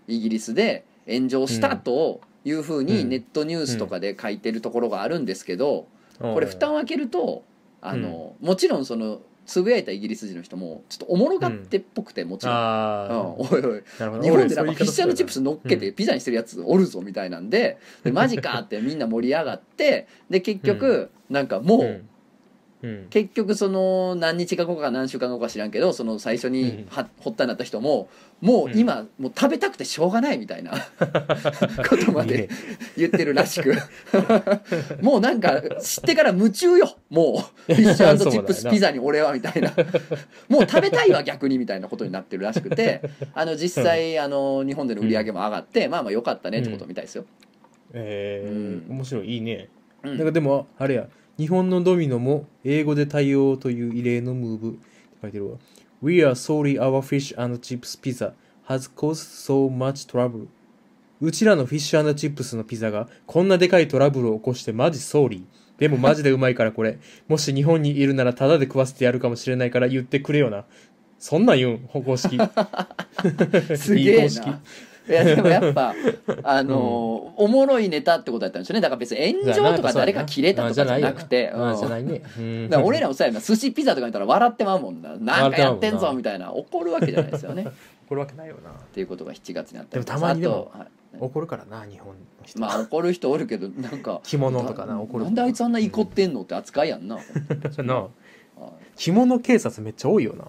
イギリスで炎上したというふうに
うん
ネットニュースとかで書いてるところがあるんですけど、こ
こ
れ蓋を開けると、あのもちろんそのつぶやいたイギリス人の人もちょっとおもろがってっぽくてもちろん。
あ
うん
あ、
おいおい
なるほど
日本
俺
で
そう
な
んいう言い方
かフィッシュチップス乗っけ
う
てピザにしてるやつおるぞみたいなんででマジかってみんな盛り上がってで結局なんかも
う
うん
うん。
結局その何日か後か何週間後か知らんけどその最初に
うん
は発端になった人ももう今、もう食べたくてしょうがないみたいなことまで言ってるらしくもうなんか知ってから夢中よもうフィッシュチップスピザに俺はみたいなもう食べたいわ逆にみたいなことになってるらしくてあの実際あの日本での売り上げも上がって、まあまあ良かったねってことみたいですよ。
えー、
うん
面白い、いいね。
うん
なんかでも、あれや、日本のドミノも英語で対応という異例のムーブって書いてるわ。We are sorry our fish and chips pizza has caused so much trouble. うちらのフィッシュチップスのピザがこんなでかいトラブルを起こしてマジソーリー。でもマジでうまいからこれ。もし日本にいるならタダで食わせてやるかもしれないから言ってくれよな。そんなん言うん、方向式。
すげえ
いい公式
な。いやでもや
*laughs*
っぱあのーおもろいネタってことだったんでしょうねだから別に炎上とか誰か切れたとかじゃなくて
あ
うん
じゃないね。うん
だから俺らもさ寿司ピザとか見たら笑ってまうもんななんかやってんぞみたいな怒るわけじゃないですよねっ
怒るわけないよな。
ていうことが7月にあったりとか
でもたまにでも
あとはい
怒るからな、日本の人。
まあ怒る人おるけどなんか
着物とかな怒る
なんであいつあんな怒ってんのって扱いやんな、
そうやな
はい
着物警察めっちゃ多いよな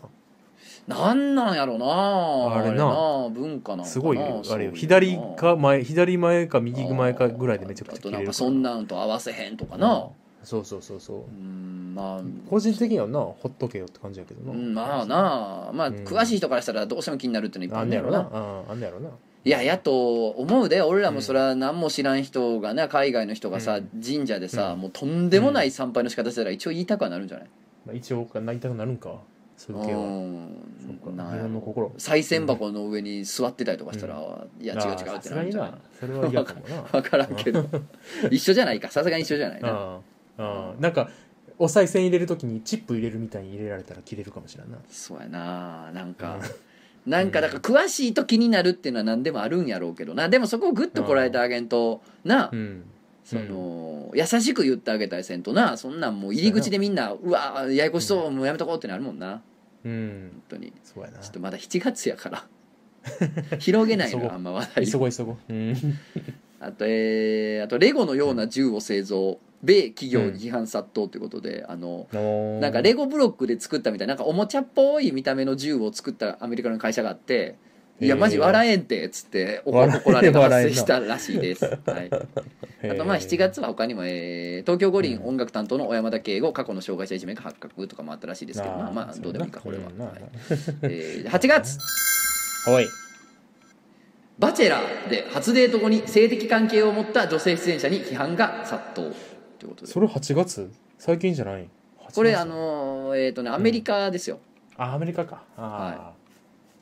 なんなんやろな
あれな
文化なのかな
すごいよあ
そう
れ
いう
よ
の
左か前左前か右前かぐらいでめちゃくちゃ
あと
切
な
れ
ん
るか
か
ら
そんなんと合わせへんとかな、
そうそうそうそう
う、んまあ、
個人的にはなほっとけよって感じやけどな、
うんまあなあまあ、
うん
詳しい人からしたらどうしても気になるっていうのいっぱい
あ
あ
ん
る
ねやろ
ねやろ
な
な
うんあんねやろない
ややと思うで俺らもそれは何も知らん人がね海外の人がさ、
うん
神社でさ、
うん
もうとんでもない参拝の仕方したら一応言いたくはなるんじゃない、
まあ、一応なりたくなるんかそう
う
いう系は
ん
そうか
なん
自
やろ
分の心
賽銭箱の上に座ってたりとかしたら、いや違う違う
あー
っ
さ
て
す
な
が
るん
に
じゃない
なそれは嫌かもな
分からん
*laughs*
けど一緒じゃないかさすがに一緒じゃないな
ああなんかお賽銭入れるときにチップ入れるみたいに入れられたら切れるかもしれんな
そうやななんか、なんかだから詳しいと気になるっていうのは何でもあるんやろうけどなでもそこをグッとこらえてあげんとな、
うん
その優しく言ってあげたりせんとなそんなんもう入り口でみんなうわややこしそうもうやめとこうってなるもんな
うん
本当に
そうやな
ちょっとまだ7月やから広げない *laughs*
急ご
の
う
あんま話題
急ごう急ごう *laughs* うん
あとえーあとレゴのような銃を製造米企業に批判殺到ということで、あのなんかレゴブロックで作ったみたいななんかおもちゃっぽい見た目の銃を作ったアメリカの会社があって「いや
へー
マジ笑えんて」っつって怒
笑えん
怒られが発
笑えんな
生したらしいです。はいあとまあ7月は他にも、えー東京五輪音楽担当の小山田圭吾過去の障害者いじめが発覚とかもあったらしいですけどまあまあどうでもいいかこれは、はいえー8月
はい
「バチェラー」で初デート後に性的関係を持った女性出演者に批判が殺到ということで
それ8月最近じゃない
これあのーえっ、とねアメリカですよ、
あアメリカかあ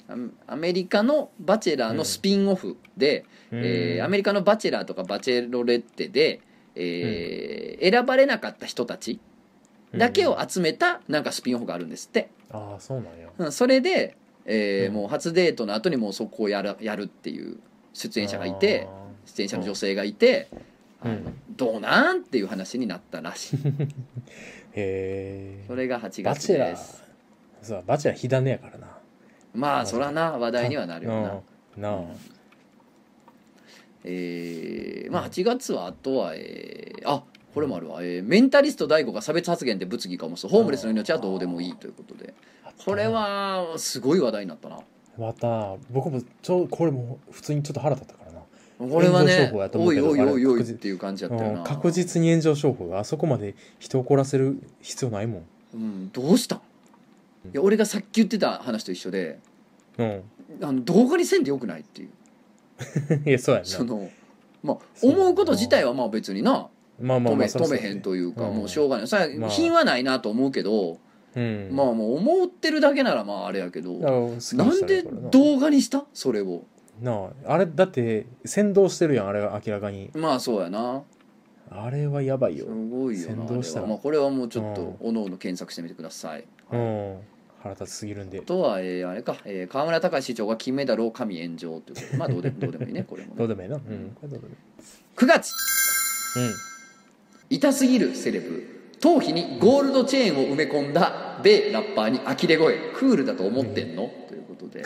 アメアメリカの「バチェラー」のスピンオフで、
ー、
えーア
メ
メリカの「バチェラー」とか「バチェロレッテで」えー選ばれなかった人たちだけを集めたなんかスピンオフがあるんですって、
ああそうなんや
うんそれで、えー
うん
もう初デートの後にもうそこをやるやるっていう出演者がいて出演者の女性がいて、
うん
あのどうなんっていう話になったらしい
へ
そ
え
れが8
バ
月
チェラ
で
ー
す
そうバチェラー火種やからな
まあそらな話題にはなるよな、
うんなあ
えーまあ8月はあとは、えーあこれもあるわ、えーメンタリスト DAIGO が差別発言で物議かもすホームレスの命はどうでもいいということでこれはすごい話題になったな
また僕もちょこれも普通にちょっと腹立ったからな
これは
炎上
ね
商法やと思
お
うけ
い
ど
おいおいお
あれ
い
確
っ
実
ていう感じやったよ
う
なん
確実に炎上商法があそこまで人を怒らせる必要ないもん
うん、どうしたんいや俺がさっき言ってた話と一緒で
うん
あの動画にせんでよくないっていう
いやそうやん
そ
な
のまあ
そう
思うこと自体はまあ別にな
まあまあま
止め
あそら
止
そう
め
やね
へんというか
うん
もうしょうがないそれ
ま
は
あ
品はないなと思うけど
うん
まあもう思ってるだけならまああれやけど
だから好きにした
な
らいい
んで
からな
動画にしたそれを
なああれだって先導してるやんあれは明らかに
まあそうやな
あれはやばい
す
よ
ごいよな
先導した
あ
ら
れはまあ、これはもうちょっ
う
とおのおの検索してみてください、
う
あ
ん腹立ちすぎるんで
とは、えーあれか、えー河村隆市長が金メダルを神炎上ということでまあど
*laughs*
うでどうでもいいねこれも
どうで
ね
もいいなうんこれどうでもいい
9月
うん
痛すぎるセレブ頭皮にゴールドチェーンを埋め込んだ米ラッパーに呆れ声クールだと思ってんの、ということで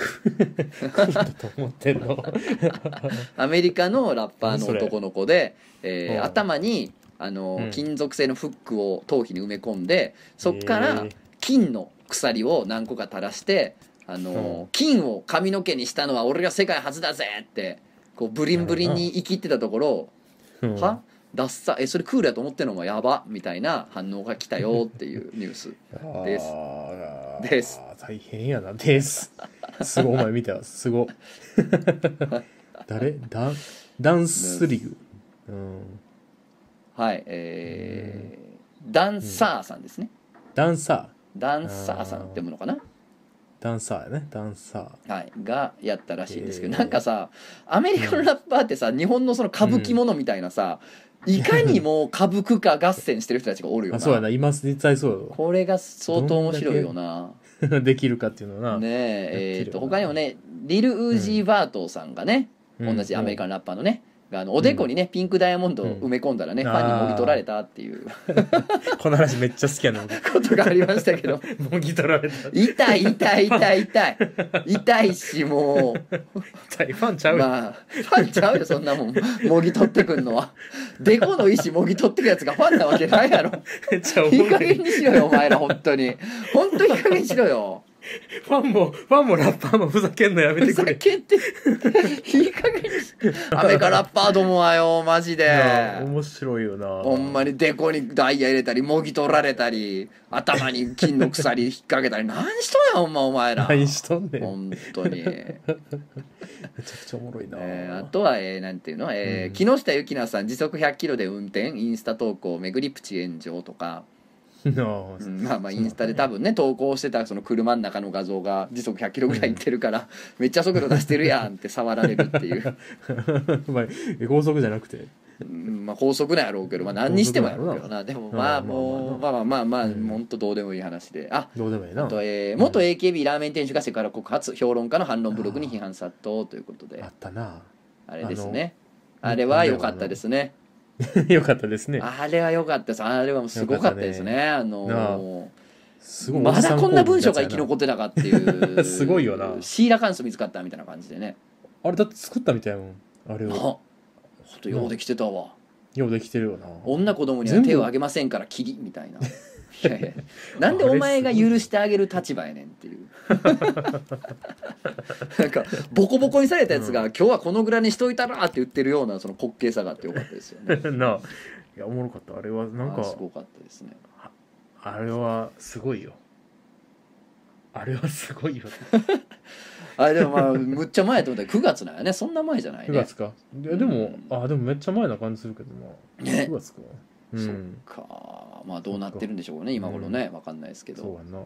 *laughs* だと思ってんの
アメリカのラッパーの男の子で、え
う
ー
ん
頭に、あの、
うん
金属製のフックを頭皮に埋め込んで *laughs* そっか
へ
ら
え
金の鎖を何個か垂らしてあの、
うん
金を髪の毛にしたのは俺が世界初だぜってこうブリンブリンに生きってたところ
うん
「はダッサえそれクールやと思ってんのもやば」みたいな反応が来たよっていうニュースです
あー
です
大変やなですすごいお前見たす
*laughs*
ご誰ダンダンスリグうん
はいえー、ダンサーさんですね
ダンサ
ダンサーさんって読むのかな
ーダンサーやねダンサ
はい、がやったらしいんですけど、
へー
なんかさアメリカのラッパーってさ、日本のその歌舞伎ものみたいなさ、いかにも歌舞伎化合戦してる人たちがおる
ー *laughs*
よ
あそうやな
な
今実際そう
これが相当面白いよな
よ *laughs* できるかっていうのはな、
ねえ
や
え
って
ー
るよな
と他にもねリル・ウージー・バートさんがね、
うん
同じアメリカのラッパーのね、があのおでこにね、ピンクダイヤモンドを埋め込んだらね、
うん
ファンにもぎ取られたっていう *laughs*
この話めっちゃ好きやね
ことがありましたけど
僕 *laughs* もぎ取られた
痛い痛い痛い痛い痛いしもう。
大ファンちゃうよ、
まあファンち
*laughs*
ゃうよそんなもんもぎ取ってくんのはデコの意思もぎ取ってくやつがファンなわけないやろ
めっちゃおも
いい
ろ
加
い
減にしろよお前ら本当に本当にいい加減にしろよ
ファンもファンもラッパーもふざけんのやめ
ふ
て
ざ
くれ
けんて *laughs* いい加減にしアメカラッパーどもはよマジ
い
で
や面白いよな
ほんまにデコにダイヤ入れたりもぎ取られたり頭に金の鎖引っ掛けたり何しとんやほんまお前ら
何しとんねん
本当に
めちゃくちゃおもろいな、
えーあとは、えーなんていうの、えー木下ゆきなさん時速100キロで運転インスタ投稿めぐりプチ炎上とか、
なあ
うんまあまあインスタで多分ね投稿してたその車の中の画像が時速100キロぐらいいってるから、 *laughs* めっちゃ速度出してるやんって触られるって *laughs* いう、
*laughs* まあ高速じゃなくて
うんまあ高速なんやろうけど、まあ、何にしてもやろうけどなでもまあ
うん
もうまあまあまあまあ
うん
ほんとどうでもいい話であ
どうでもいい
あ
な
と、えー元 AKB ラーメン店主が世界から告発評論家の反論ブログに批判殺到ということで
あったな *laughs*
あれですねあれは良かったですね
よかったですね
あれは良かったです。あれはもうすごかったですね。あの
なあ
も
す
う
ごい
まだこんな文章が生き
る
残ってたかってい
*laughs*
う。
すごいよな
シーラカンス見つかったみたいな感じでね。
あれだって作ったみたいやもんあれ
なあ
を
ほんとようできてたわ。
ようできてるよな
女子供には
全部
手をあげませんからキリみたい
*laughs*
な。いやいやなんでお前が許してあげる立場やねんって
*laughs*
いうなんかボコボコにされたやつが、今日はこのぐらいにしといたら」って言ってるようなその滑稽さがあってよかったですよね
*laughs* なあいやおもろかったあれはなん
あ
か
すごかったですね
あれはすごいよあれはす
*laughs*
ごいよ
あでもまあむっちゃ前やと思ったら9月なんやねそんな前じゃない
9
ね
月かいやでもあでもめっちゃ前な感じするけどな
ね
9月かう
そっ
ん
かまあどうなってるんでしょうね今頃ねわかんないですけ
そう
ど
やんな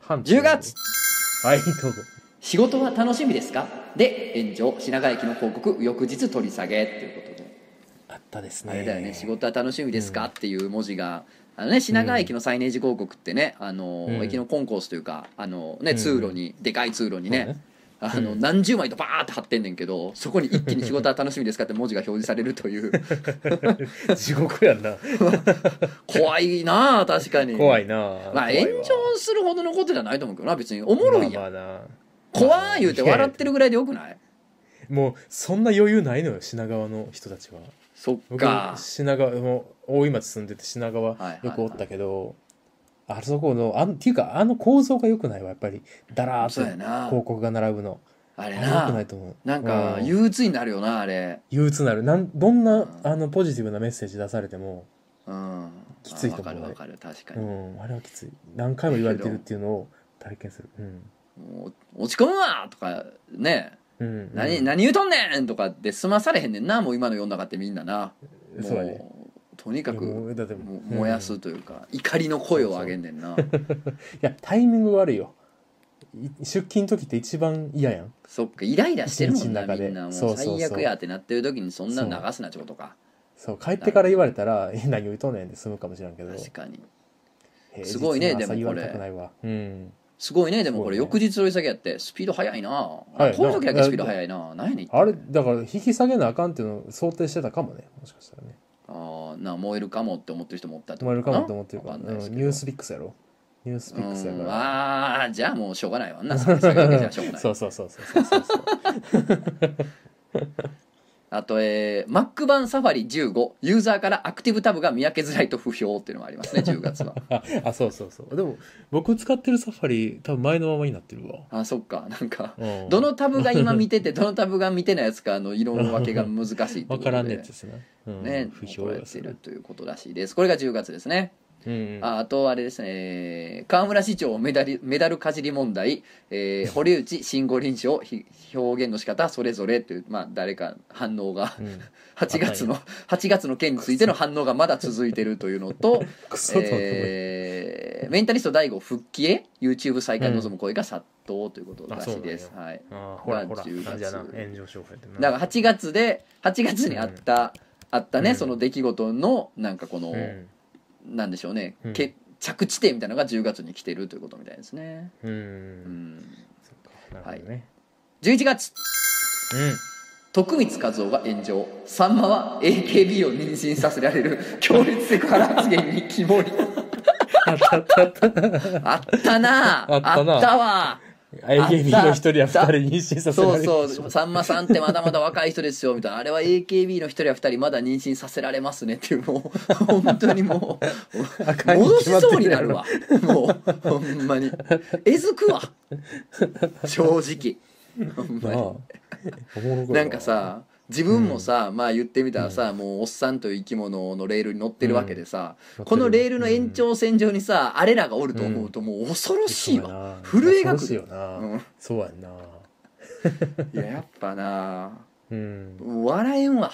半
10月
*laughs* はいどうぞ
仕事は楽しみですかで炎上品川駅の広告翌日取り下げということで
あったです
あれだよね仕事は楽しみですかっていう文字があのね品川駅のサイネージ広告ってねあの
うん
駅のコンコースというかあの
う
ね
ん
通路にでかい通路
そ
に
う
ね
ね
あの何十枚とバーって貼ってんねんけどそこに一気に「仕事は楽しみですか?」って文字が表示される
*laughs*
という
地獄やんな
怖いなあ確かに
怖いなぁ
まあ
怖
炎
いわ
上するほどのことじゃないと思うけどな別におもろいやん
まあまあな
怖い言うて笑ってるぐらいでよくない
もうそんな余裕ないのよ品川の人たちは
そっ
僕
か
品川もう大井町住んでて品川
はいはい
よくおったけど、あそこのあんっていうかあの構造が良くないわやっぱりだらーっ
そうや
と
な
広告が並ぶの
あ
あ
れ
れ良くな
ない
と思う
なんか
うん
憂鬱になるよなあれ
憂鬱なるなんどんな、
うん
あのポジティブなメッセージ出されても、
うん
きつい
あ
と思
わ
う
か
ね
るわかる確か
う
に
ん、あれはきつい何回も言われてるっていうのを体験するうん、
もう落ち込むわとかね
うん、
何
うん
何言うとんねんとかで済まされへんねんなもう今の世の中ってみんなな
そうやね
もうとにかく
いやも
も
うだって
う
うん
燃やすというか怒りの声を上げんねんない
やタイミング悪いよい出勤の時って一番嫌やん
そっかイライラしてるもんな
一日の中
み
で
んなもう
そうそうそう
最悪やってなってる時にそんなん流すなってことか
そう帰ってから言われたら「え何言うとんねん」で済むかもしれんけど
確かに
平日
すごいね
の朝
でもこれ
言わたくないわうん
すごいねでもこれ
すごい
翌日追い下げやってスピード速いな、
速いな
この時だけスピード速いな何やねん
あれだから引き下げなあかんっていうのを想定してたかもねもしかしたらね
あーな燃えるかもって思ってる人もおった
止まるかもと思ってる
る
から、うん、
な
ニ
いですけど
ュースピックスやろニュースピックスや
う
か
ん
ら
あーじゃあもうしょう
*laughs*
がないわあんなそれ下げるだけじゃしょうがない
そうそうそうそうそうそうそう
あと、えー、Mac 版サファリ15、ユーザーからアクティブタブが見分けづらいと不評っていうのもあ
*laughs*
りますね、10月は。
ああそうそうそうでも僕使ってるサファリ多分前のままになってるわ
あ、そっか、なんか、
うん
どのタブが今見てて、どのタブが見てないやつか、あの、色分けが難しいって
*laughs*
こ
わ
とで。
からんねやつですね、うん、
ね、
不評
怒られ
で
て
す
いる
ね
ということらしいです。これが10月ですね。
うん
ああと、あれですね、えー河村市長メダルメダルかじり問題、えー
*laughs*
堀内新五輪賞ひ表現の仕方それぞれという、まあ、誰か反応
*laughs*
が、
うん
8月の8月の件についての反応がまだ続いてるという
*laughs*
のと、
クソだと思う、
えーメンタリスト大悟復帰へ YouTube 再開望む声が殺到ということらしいです。
う
はい
あーほらほら
まあ10月
あじゃあな炎上商法やってんな
だから8月で8月にあった、あったね、
うん
その出来事のなんかこの、
うん
なんでしょうね、
うん
け着地点みたいなのが10月に来てるということみたいですね、
う
うんん、
そっかなるほどね、
11月
うん
徳光和夫が炎上さんまは AKB を妊娠させられる強烈セクハラ発言に
*laughs*
肝に
あったあったあった
あったなあ
あったな
あったわ
*laughs* AKB の一人や二人妊娠させら
そ
れ
う
る
そうさんまさんってまだまだ若い人ですよみたいなあれは AKB の一人や二人まだ妊娠させられますねっていうもう本当にも
*laughs*
う
あかんに
戻し
決まって
そう
るや
にな
ろ
るわもうほんまにえずくわ正直ほんま
なあ
に
おもろいわ
なんかさ自分もさ、まあ言ってみたらさ、もうおっさんという生き物のレールに乗ってるわけでさ、
うん
このレールの延長線上にさ、あれらがおると思うともう恐ろしいわ、
そう
震え
やな恐
が
ろ
く
しいよ
る
な、
うん
そうやんない
ややっぱな
うん
笑えんわ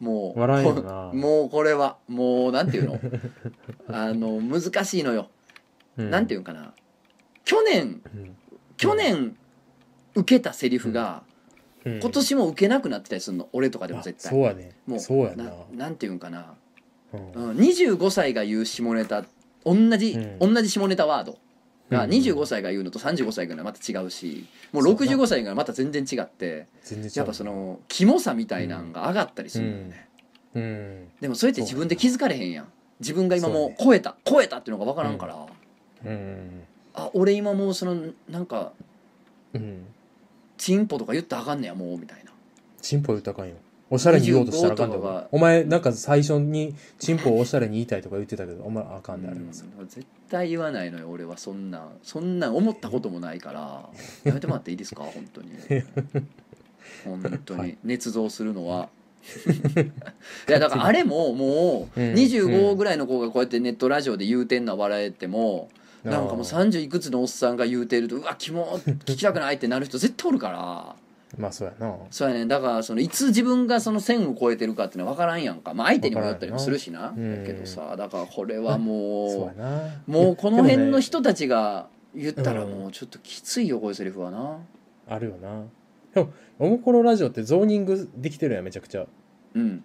もう
笑えんよな
ほ *laughs* もうこれはもうなんていうのあの難しいのよ、なんてい
いう
うんかな去年
うん、
去年受けたセリフが、
うん
今年も受けなくなってたりするの俺とかでも
あ
絶対
そうやね
もう
そうやな
ななんていうんかな、
うん
うん、25歳が言う下ネタ同じ、
うん
同じ下ネタワード
う
が
ん
25歳が言うのと35歳が言うのはまた違うしもう
そうだ
65歳がまた全然違って
全然違う
やっぱそのキモさみたいなんが上がったりするのよね、
うん
でもそれって自分で気づかれへんやん自分が今
そう
も
ね
う超えた、超えたっていうのが分からんから、
うん
あ俺今もうそのなんか
うん
チンポとか言ったらあかんねやもうみたいな
チンポ言ったらあかんよおしゃれに言おうとしたらあかんで
25とかが
お前なんか最初にチンポをおしゃれに言いたいとか言ってたけどお前あかんであります
うん絶対言わないのよ俺はそんなんそんなん思ったこともな
*laughs*
いからやめてもらっていいですか本当に本当に、
はい
捏造するのは *laughs* いやだからあれももう
うん
25ぐらいの子がこうやってネットラジオで言うてんな笑えても、なんかもう
あ
30いくつのおっさんが言うてるとうわキモ聞きたくないってなる人絶対おるから
ーまあそうやな
そうやねだからそのいつ自分がその線を越えてるかっていうのは分からんやんか、まあ、相手にもよったりもするしな
からんな
だけどさだからこれは
そう
も
やな
うもうこの辺の
人
人たちが言ったら
うん
もうちょっときついよこういうセリフはな
あるよなでもおもころラジオってゾーニングできてるやんめちゃくちゃ
うん、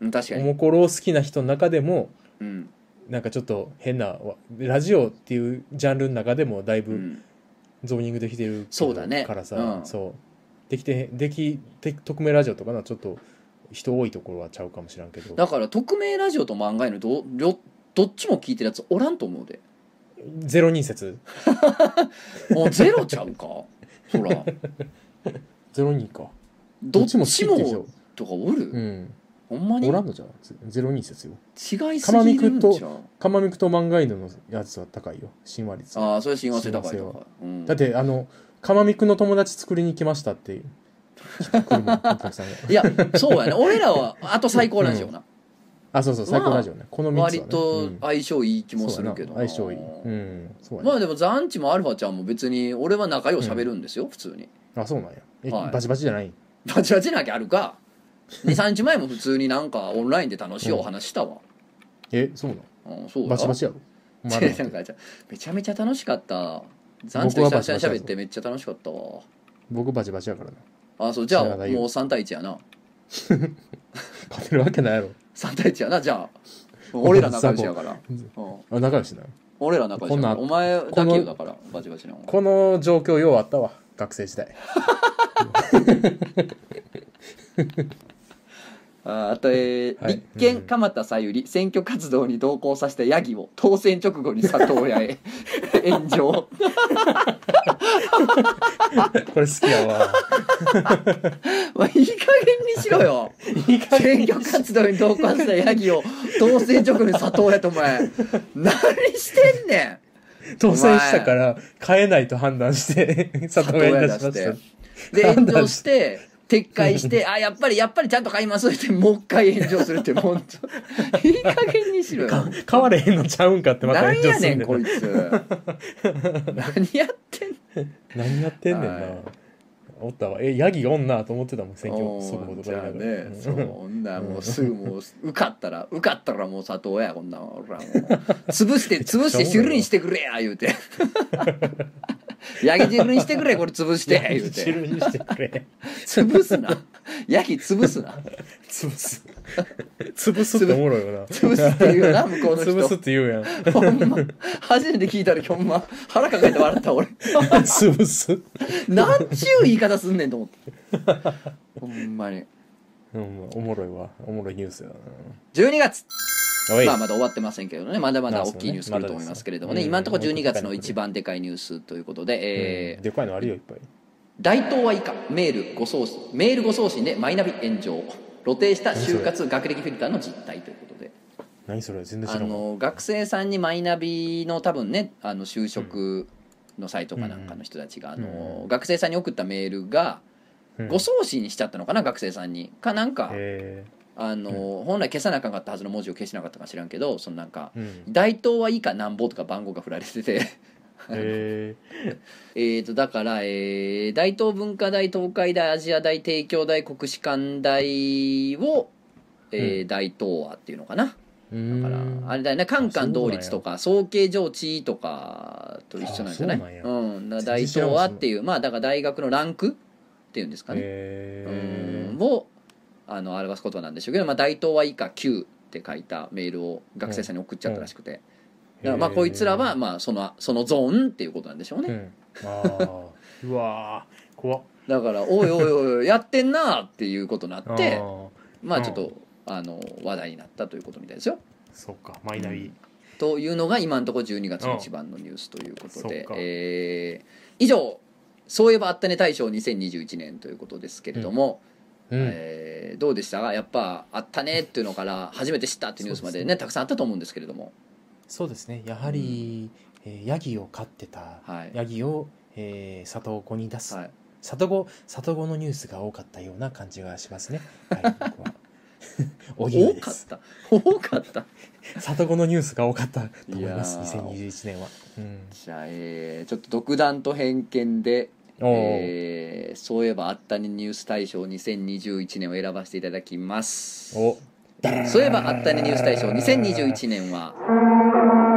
うん、確か
お
に、
もころを好きな人の中でも
うん
なんかちょっと変なわラジオっていうジャンルの中でもだいうぶ
ん、
ゾーニングできてる
そうだね
からさ、
うん
そうできてできて匿名ラジオとかなちょっと人多いところはちゃうかもしらんけど
だから匿名ラジオと漫画へのど両どっちも聞いてるやつおらんと思うで
ゼロ人説
もうゼロち
*laughs*
ゃうかほら
ゼロ人か
どっちも
好きって人
とかおる、
うん
ほんまに
おらんのじゃんゼゼロ人説よ
違いすぎるんちゃう
カマミクと漫画犬のやつは高いよ親和率
ああそれ親和性高い
親和
と
性
か、うん、
だってあのカマミクの友達作りに来ましたって
*laughs*
いう来るもんお客さんが
いやそうやね俺らはあと最高ラジオな、
あそう *laughs* そう最高ラジオね、この3つは、ね、
割と
うん
相性いい気もするけ
そ
ど
うやな相性いいうんそうや
ま
な
あでもザンチもアルファちゃんも別に俺は仲良しゃべるんですよ、普通に
あそうなんやえ、
はい
バチバチじゃない
バチバチなきゃあるか23日前も普通になんかオンラインで楽しいお話したわ、
えそうなん
うん、そうだ
バチバチやろお前ら
違う *laughs* なんかめちゃめちゃ楽しかったザンチと久々に喋ってめっちゃ楽しかったわ
僕バチバチやからな
あそうじゃあ
知ら
もう
ないよ
3対1やな
勝てるわけないやろ
3対1やなじゃあ俺ら仲良しやから、うん、
あ仲良しな
俺ら仲良しやから
こんな
お前だけよだからバチバチなお前
この状況ようあったわ学生時代
ああと、えー
はい
立憲
うん
鎌田さゆり選挙活動に同行させたヤギを当選直後に里
*laughs*
親へ炎上
*laughs* これ好きや
*laughs*
わ。
お前いい加減にしろよ
いい感
選挙活動に同行したヤギを当選直後に里親とお前何してんね
当選したから、変えないと判断して、 *laughs* 里親に出しました
里親出。んで炎上して撤回し
*laughs*
てあやっぱりやっぱりちゃんと買いますってもう一回炎上するってもうちょいい加減にしろよ
か *laughs* 変われへんのちゃうんかってまた
何
炎上
や
す
ね
る
んこいつ何やってんの
何やってんねんな
はい
おったわえヤギおんなと思ってたもん選挙
おー
速報とか
じゃあ
言いながら
ね
うん
そ
*laughs*
んなもうすぐもう受かったら受かったらもう里親やこんなん俺らもう
*laughs*
潰して潰して汁にしてくれや言うてヤギ汁にしてくれこれ潰
*laughs*
して
ヤギ
言うて
汁にしてくれ
潰すなヤギ潰すな
潰す *laughs* 潰すっておもろいよな
潰すって言
*laughs*
うな向こうの
潰すっ
人
て言う
*laughs*
やん
ほんま初めて聞いたらほんま腹抱えて笑った俺 *laughs*
潰す
なんちゅう言い方すんねんと思ってほんまに
うんおもろいわおもろいニュースやな
12月
おい
まあ、まだ終わってませんけどね、まだまだ大きいニュース
まあ
来る
そうね
と思いますけれども
まだで
ね、
す
今のところ
うん
12月の一番でかいニュースということで、え
う
ー
んでかいのあるよいっぱい
大東は以下、メール誤送信、メール誤送信でマイナビ炎上、露呈した就活学歴フィルターの実態ということで、
何それ全然知
あ
らんわ
の学生さんにマイナビの多分ね、あの就職のサイトかなんかの人たちが、あ
う
の
ん
学生さんに送ったメールが、
うん
誤送信しちゃったのかな、学生さんに。かなんか、
へ
あの本来消さなあかんかったはずの文字を消してなかったか知らんけど、そのなんか
ー、
*laughs*
うん
大東はいいかなんぼとか番号が振られてて *laughs*
へ
えーとだから、えー大東文化大東海大アジア大帝京大国士舘大を、えー大東亜っていうのかな
ー
だから
うん
あれだよねカンカン同率とか総計上地位とかと一緒なんじゃない
あそうなんや
うん、だから大東亜っていうまあだから大学のランクっていうんですかね、
へ
うん
ー
をあの表すことなんでしょうけど、まあ、大東亜以下9って書いたメールを学生さんに送っちゃったらしくて。だからまあこいつらはまあそのそのゾーンっていうことなんでしょう
う
ね、
んあー
*laughs*
うわー怖っ
だからおいおいおいやってんなーっていうことになっ
あ
て
ー
まあ
うん
ちょっとあの話題になったということみたいですよ
そっかマイナビ
というのが今のところ12月の一番のニュースということ
そ
で
っか、
えー以上そういえばあったね大賞2021年ということですけれども、
うん
えーどうでしたかやっぱあったねっていうのから初めて知ったっていうニュースまで
そう
ね
ですね
たくさんあったと思うんですけれども
そうですねやはり、えーヤギを飼ってた、
はい
ヤギを、えー里子に出す、
はい
里子里子のニュースが多かったような感じがしますねはい僕
*laughs*
はおぎゅう
多
で
かっ
す
た *laughs* 多かった
里子のニュースが多かったと思います
いやー
2021年は、うん、
じゃあ、えーちょっと独断と偏見で、
おー
えーそういえばあったねニュース大賞2021年を選ばせていただきます
お
そういえばあったねニュース大賞2021年は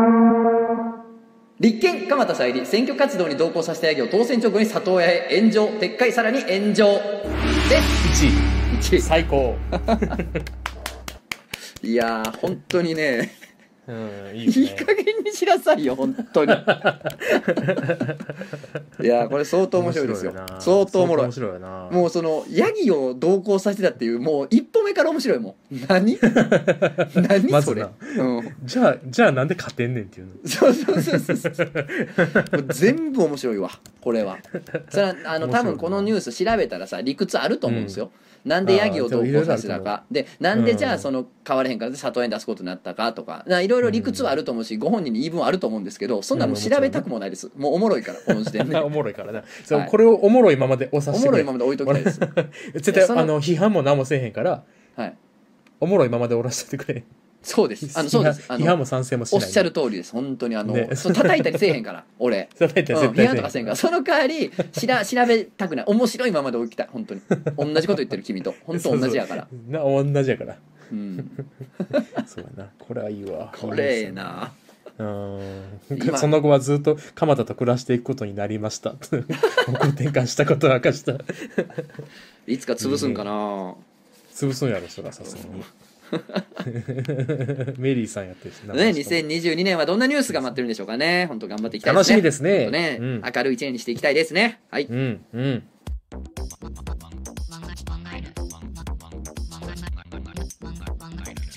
立憲鎌田さゆり選挙活動に同行させたヤギを当選直後に里親へ炎上撤回さらに炎上で
1
1
位最高
いやー本当にね
うんいい
いい
よね
加減にしなさいよ本
*laughs*
当にいやーこれ相当面白いですよ
面な
相当おもろい
相当面白いよな
もうそのヤギを同行させてたっていうもう一歩目から面白いもん
*laughs*
何
ま
何
ず
それ、
な
うん、
じゃあじゃあなんで勝てんねんっていうの
そうそうそうそうそうもう全部面白いわこれはそれはあ
面白いな
の多分このニュース調べたらさ理屈あると思うんですよ、なんでヤギを同行させたかでなんでじゃ
う
あ
ん
その変われへんから里親に出すことになったかとかないろいろ理屈はあると思うし、ご本人に言い分はあると思うんですけどそんなもう調べたくもないですもうおもろいからこの時点で
*laughs* *laughs* お
お
もろいからな、そう
はい
これをおもろいままでおさして
も
く
ろ
れ
いままで置いときたいです、
絶
い
対
やその
あの批判も何もせえへんから
はい、
おもろいままでおらせてくれ
そうですあのそうです
批判
あの
批判も賛成もし
お
な
っ
い
しゃる通りです本当にあの、
ね
そう叩いたりせえへ
*laughs*
んから俺
それやったら
うん
絶
批
対
判とかせんかららその代わり
*laughs*
しら調べたくない面白いままで起きたい本当に同じこと言ってる君と本当同じ
*laughs*
やから
な同じやから
うん
そうやなこれはいいわ
これええな
うー
今
んその後はずっと鎌田と暮らしていくことになりました *laughs* 方向転換したことを明かした
いつか潰すんかな
潰すんやろそらさすが
*laughs*
にメリーさんやってるしな
ね2022年はどんなニュースが待ってるんでしょうかね本当頑張っていきたい
楽しみです
ほん
ね
とね
うん
明るい一年にしていきたいですねはい
うんうん
漫画漫画漫画漫画漫画漫画漫画漫画漫画漫画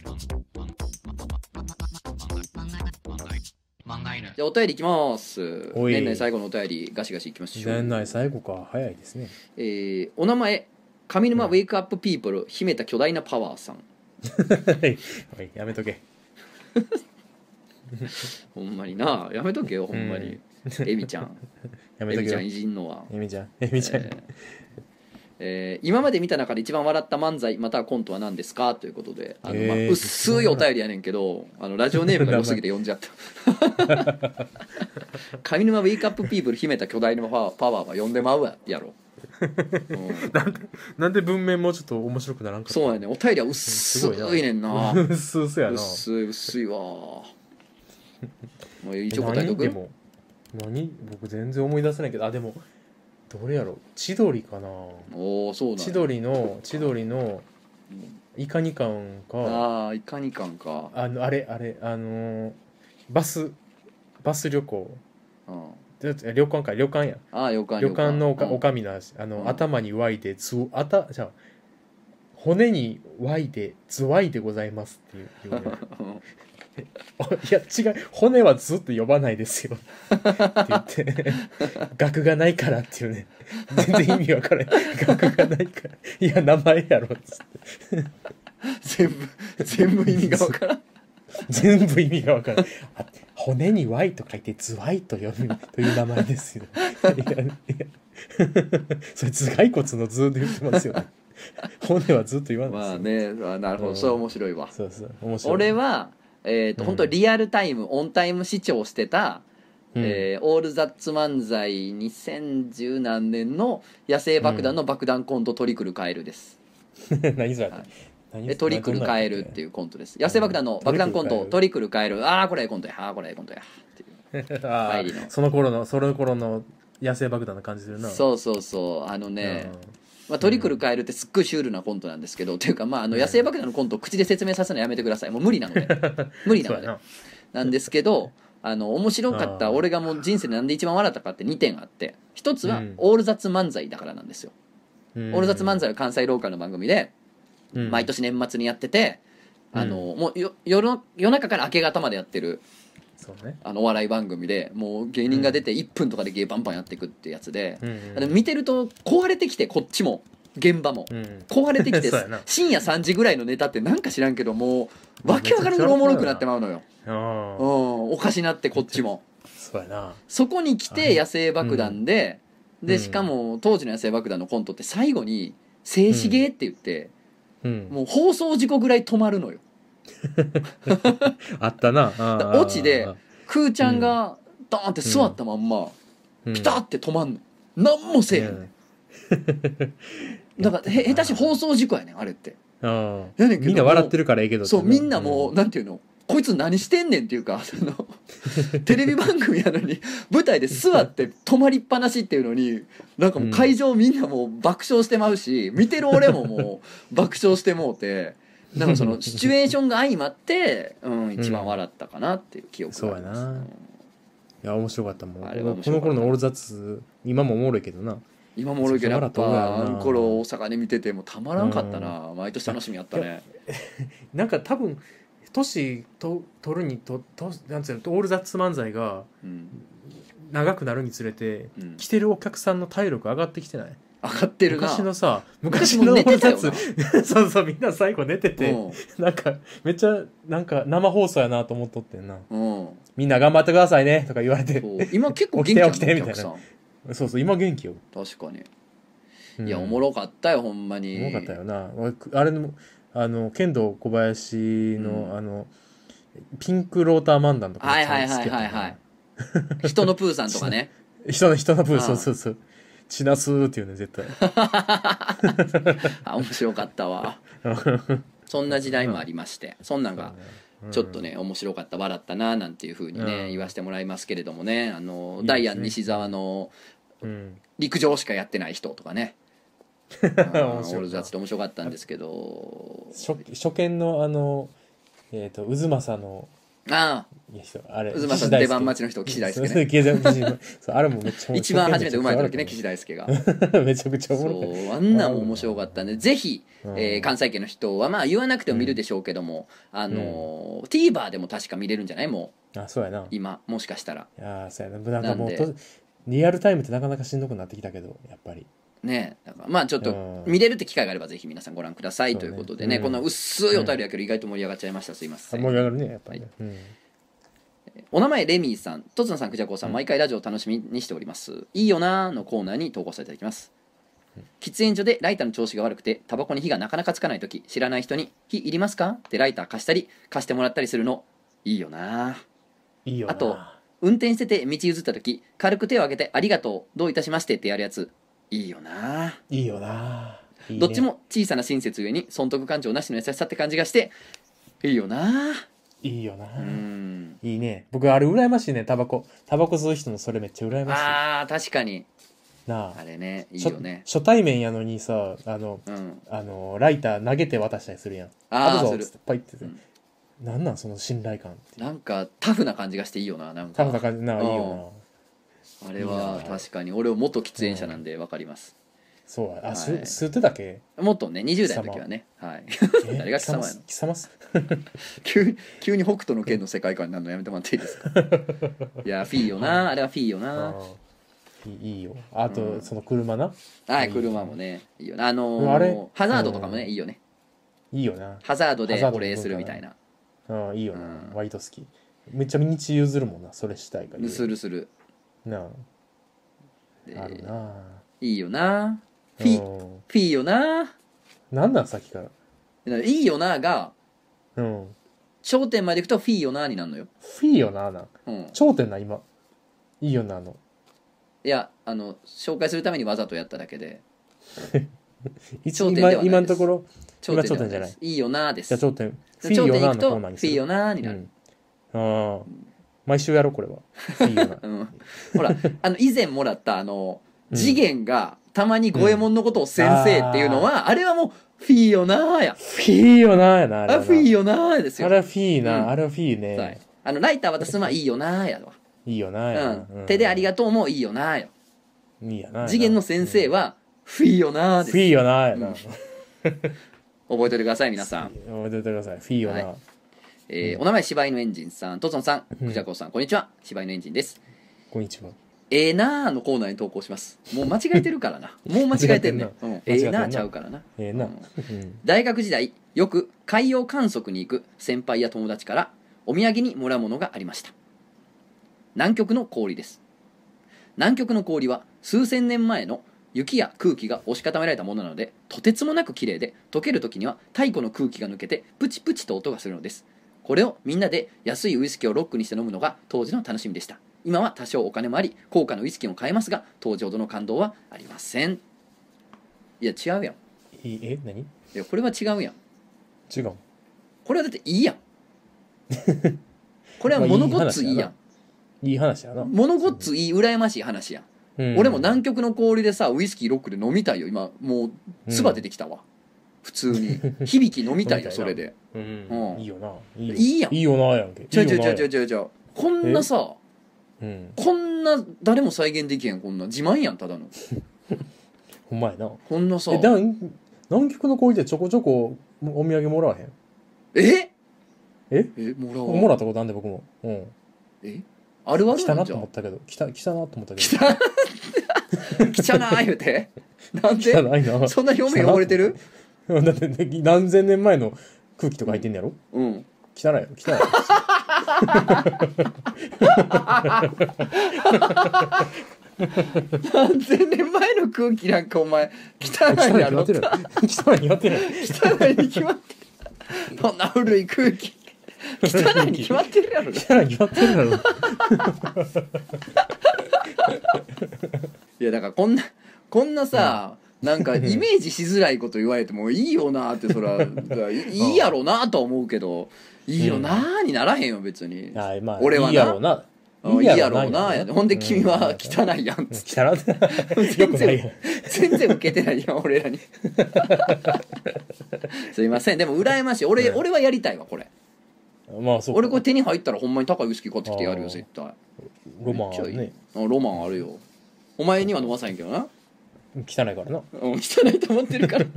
ね
じゃあお便りいきます
おい
年内最後のお便りガシガシいきましょう
年内最後か早いですね
えーお名前上沼ウェイクアップピープル秘めた巨大なパワーさん
はいおいやめとけ
ほんまになやめとけよほんまにエビちゃん
*laughs* やめ
エ
と
ビ
け
ち
よ
ゃん
え
いじんのは
みちゃんえみちゃん、
えー今まで見た中で一番笑った漫才またはコントは何ですかということであの、まあ
えー
薄いお便りやねんけどあのラジオネームが良すぎて呼んじゃった
*laughs*
上沼ウェイクアップピープル秘めた巨大なパワーパワーは呼んでまうわやろ、
*laughs*
うん
なんで文面もうちょっと面白くならんかった
そうやねんお便りは薄いねんな
うっ *laughs* すうっすやな
薄い薄
*laughs*
いわもう一応答えと
何で
く
も何僕全然思い出せないけどあでもどれやろ千鳥かな
おおそうなんや
千鳥の千鳥の
うん
いかにかんか
ああいかにかんか、
あのあれあれあのーバスバス旅行
うん、
でえ旅館か旅館や
ああ旅館
旅館のおか,、
うん
おかみの話あの、
うん
頭に湧いてつあたじゃあ骨に湧いてつわいでございますって *laughs* いう言うねおいや違う骨はずって呼ばないですよって言 *laughs* って額がないからっていうね全然意味わからない額がないからいや名前やろっつって
全部全部意味がわからん
*laughs* 全部意味がわからないあ骨に湧いと書いてズワイと呼ぶという名前ですよ *laughs* いやいやそれ頭蓋骨の図で言ってますよね骨はずっと言わないです
ま
よ
あねあなるほど、
うん
それは面白いわ
そうそう面白い
俺はえっ、と、
うん
本当リアルタイムオンタイム視聴してた、
うん
えーオールザッツ漫才2010何年の野生爆弾の爆弾コントトリクルカエルです、
*laughs* 何それ、
はい
何そ
で
れ
トリクルカエルっていうコントです野生爆弾の爆弾コントト
ト
リクルカエルああこれええコントやああこれええコントやっていう
*laughs* あ
入りの
ーその頃のその頃の野生爆弾の感じするなう
そうそうそうあのね、まあ、トリクルカエルってすっごいシュールなコントなんですけど、っていうかまああの野生爆弾のコントを口で説明させるのやめてくださいもう無理な
*laughs*
ので無理な
そうや
ので
な
なんですけどあの面白かった
あー
俺がもう人生でなんで一番笑ったかって2点あって一つは
うん
オール雑漫才だからなんですよ、
うん
オール雑漫才は関西ローカルの番組で
うん
毎年年末にやってて、あのもうよ夜の夜中から明け方までやってる
そうね
あのお笑い番組でもう芸人が出て1分とかで芸バンバンやっていくってやつで
う、ん
あの見てると壊れてきてこっちも現場も。
うん
壊れてき
*laughs*
て
そうやな
深夜3時ぐらいのネタってなんか知らんけどもうわけわからんぐらいおもろくなってまうのよ、
あ
う
あ
ん、おかしなってこっちも
そうやな
そこに来
あれ
て野生爆弾で、
うんう
で
ん
しかも当時の野生爆弾のコントって最後に静止芸って言って、
うん
もう放送事故ぐらい止まるのよ
あったなあ
だ
ー
オチでくーちゃんがドーンって座ったまんま、
うん
ピタって止まんのなんもせえへんねん、
うん
だからへ下手し放送事故やねんあれって
ああ
やねんけど
みんな笑ってるからええけど
そうみんなもう、
ん
なんていうのこいつ何してんねんっていうかそ
*laughs*
のテレビ番組やのに舞台で座って止まりっぱなしっていうのになんかもう会場みんなもう爆笑してまうし見てる俺ももう爆笑してもうてなんかそ
*laughs*
のシチュエーションが相まって、うん、一番笑ったかなっていう記憶があります
そうやなうんいや面白かったもん
あれは面
こ
白か
の
った
頃のオールザッツ今もおもろいけどな
今もおろいけどやっ
そう笑った方
ぱあ
がいいな
の頃大阪で見ててもたまらんかったな、毎年楽しみやったね
なんか多分年と取るにととなんつうのオールザッツ漫才が
うん、
長くなるにつれて
うん、
来てるお客さんの体力上がってきてない
上がってるな
昔のさ
昔
昔
も
のオ
寝
ー
て
ル
た
ザ
よ
ッ
な
ツ *laughs* そうそうみんな最後寝ててなんかめっちゃなんか生放送やなと思っとってんな
うん、うん
みんな頑張ってくださいねとか言われて *laughs*
そう今結構元気やんな
起きて起きてみ
お
たいな
客さん
そうそう今元気よ
確かに、
うん
いやおもろかったよほんまに
重かったよな俺くあれのあの剣道小林の、
うん
あのピンクローター漫談とか
はいはいはいはいはい人のプーさんとかね
い人の人の分
ああ
そうそうそう血なすーっていうね絶対
あ面白かったわそんな時代もありましてそんなんがちょっとね面白かった笑ったななんていうふうにね、
うん
言わせてもらいますけれどもねあの
いいですね
ダイアン西澤の
うん
陸上しかやってない人とか
*laughs*
ね
白いな
うんオールザッツって面白かったんですけど
初初見のあのえっ、と渦政の
ああ
いや人あれ
渦政
岸大輔
出番待ちの人岸大輔ね
そうそう岸大輔そうあれもめっちゃ面白い
*laughs* 一番初めて生まれた時ね
大
岸大輔が
*laughs* めちゃくちゃおもろかっ
そうあんなんも面白かったんでぜひ
たうん
えー関西圏の人はまあ言わなくても見るでしょうけども、あのー TVer でも確か見れるんじゃないもう
あそうやない
今もしかしたら
やーそうやななんかもう
なん
とリアルタイムってなかなかしんどくなってきたけどやっぱり
ねだからまあちょっと
うん
見れるって機会があればぜひ皆さんご覧ください
そう
とい
ね
うことでね
うん
こんな薄いお便りやけど意外と盛り上がっちゃいましたすいませ
盛
ん、
り上がるねやっぱりね、うん
お名前レミーさんとつのさんくじゃこうさん毎回ラジオ楽しみにしておりますいいよなーのコーナーに投稿させていただきます喫煙所でライターの調子が悪くてタバコに火がなかなかつかない時知らない人に「火いりますか?」ってライター貸したり貸してもらったりするのいいよなー
いいよな
あと運転してて道譲った時軽く手を挙げて「ありがとうどういたしまして」ってやるやついいよなー
いいよないいね
どっちも小さな親切ゆえに損得感情なしの優しさって感じがしていいよない
いよな、
うん
いいね僕あれ羨ましいねタバコタバコ吸う人のそれめっちゃ羨ましい
あー確かに
な
あ
あ
れねいい
しょ
よね
初対面やのにさあの
うん
あのライター投げて渡したりするやん
あー
どう
す
ぞ
る
つってパイって
うん
なんなんその信頼感って
なんかタフな感じがしていいよななん
タ
か
フな感じな
う
い
ん
いよ
あれ
い
はい
な
確かに俺は元喫煙者なんでわかります
なそうや
はい
あ、す吸ってたっけ
元ね20代の時はねはい
え
*laughs* 誰が貴様やの
貴様っす
急に急に北斗の拳の世界観になるのやめてもらっていいで
*laughs*
すかいやフィーよなあれはフィーよな
うんいいいいよあ
う
と
ん
その車な
はい車もねいいよなあの
あれ
ーハザードとかもね
うん
いいよね
いいよな
ハザード
ハ
で
ザー
お
ドの文化ね
礼するみたいな
うんいいよ
うん
な割と好きめっちゃ道譲るもんなそれしたいから
するする
な
で
ああるない
いよなフィ
うん
フィーよな
なんなんさっきから
いいよなが
うん
頂点までいくとフィーよなになるのよ、
フィーよななん
うん、
頂点な今いいよなあの
いやあの紹介するためにわざとやっただけで
一
頂点では
今
ないです
今のところ今
では
頂点じゃない
ですいいよなで
じゃあ
す
頂点フィー
頂
よ
点い
なの
く
コー
とフ
ナー
ィ
にす
ー
る
よなに
う
なる、
んああ毎週やろうこれはフィーよな
うんほら
*laughs*
あの以前もらったあの
うん
次元がたまに五右衛門のことを先生っていうのは、あれはもうフィーよなや
フィーよなやなあれ
あ
はな
フィーよなですよ
あれはフィー
うん
なあれはフィー
はい
ね
あのライター渡すのはいいよなやわ、
いいよな
う
や
ん
なうん
手でありがとうもいいよなよ
いいやな
次元の先生はフィーよな
フ
です
ィーよなや
う
なん
覚えておいてください皆さん
おめでとうございますフィーよ
は
な
えーお名前柴犬エンジンさんとつのさん
うん
くじゃこさんこんにちは柴犬エンジンです
こんにちは
ええなーのコーナーに投稿しますもう間違えてるからなもう間違えてんねん
*laughs* 間違
うんえ
間違っ
え
てんな
なーちゃうからな
ええな
う
うんん
大学時代よく海洋観測に行く先輩や友達からお土産にもらうものがありました南極の氷です南極の氷は数千年前の雪や空気が押し固められたものなのでとてつもなく綺麗で溶ける時には太古の空気が抜けてプチプチと音がするのですこれをみんなで安いウイスキーをロックにして飲むのが当時の楽しみでした今は多少お金もあり高価なウイスキーを買えますが当時ほどの感動はありませんいや違うやんい
いいえ何違
やこれは違うや
う
ん
の
これはだっていいやんこれは物ごっついいやん
いい話やな
物ごっついい羨ましい話やん、
うん
俺も南極の氷でさウイスキーロックで飲みたいよ今もう唾出てきたわ、普通に響き飲みたいよそれで
う
うん
んいいよないいよ
いいやん
いいよなやんけ
ちょいちょい
いい
ち
よ
ょ
ない
ちょいちょいちょいこんなさ
うん
こんな誰も再現できへんこんな自慢やんただの
ほんまやな
こんなさ
えだ南極の氷でちょこちょこお土産もらわへん
え
え
えもらおう
もらったことあんで僕もうん
えあるある
来た
な
なん
じ
と
ゃ
思
ん
ったけど来た来たなと思ったけど
来た来たなー言うてなん
来た
で
ない *laughs* な
そんな表面汚れてる
だって何千年前の空気とか入ってんねやろ
うん
汚いよ汚いよ
*laughs* *laughs* 何千年前の空気なんかお前汚
汚
い
い *laughs*
や
や
ろ
って
汚
る
*laughs*
汚いにやってる
いに決まってるそんな古い空気汚いに決まってるやろい
汚いにやってるやろ
やだからこんなこんなさ、なんかイメージしづらいこと言われてもいいよなってそ *laughs* らだからいいいやろなとは思うけどいいよなにならへんよ別に、
はいまあ
俺はない
いやろうな
うんいいやろうな
や
やでほんで君は汚いやんつって *laughs*
汚いよくないやん
全然受けてないやん俺 *laughs* らにすいませんでも羨ましい俺,、
うん
俺はやりたいわこれ
まあそうか
俺これ手に入ったらほんまに高いウイスキー買ってきてやるよ
あー
絶対あ
ロマンある
めっ
ね
ロマンあるよお前には飲まさへんけどな
汚いからな
うん汚いと思ってるから
*laughs*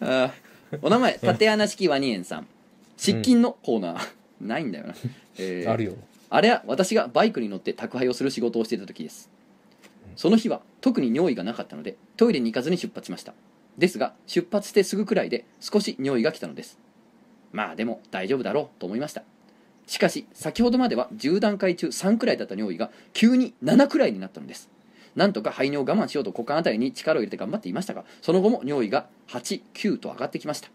あーお名前立穴式ワニ園さん失禁のコーナー、ないんだよな、えー
あるよ
あれは私がバイクに乗って宅配をする仕事をしていた時ですその日は特に尿意がなかったのでトイレに行かずに出発しましたですが出発してすぐくらいで少し尿意が来たのですまあでも大丈夫だろうと思いましたしかし先ほどまでは10段階中3くらいだった尿意が急に7くらいになったのですなんとか排尿を我慢しようと股間あたりに力を入れて頑張っていましたがその後も尿意が89と上がってきました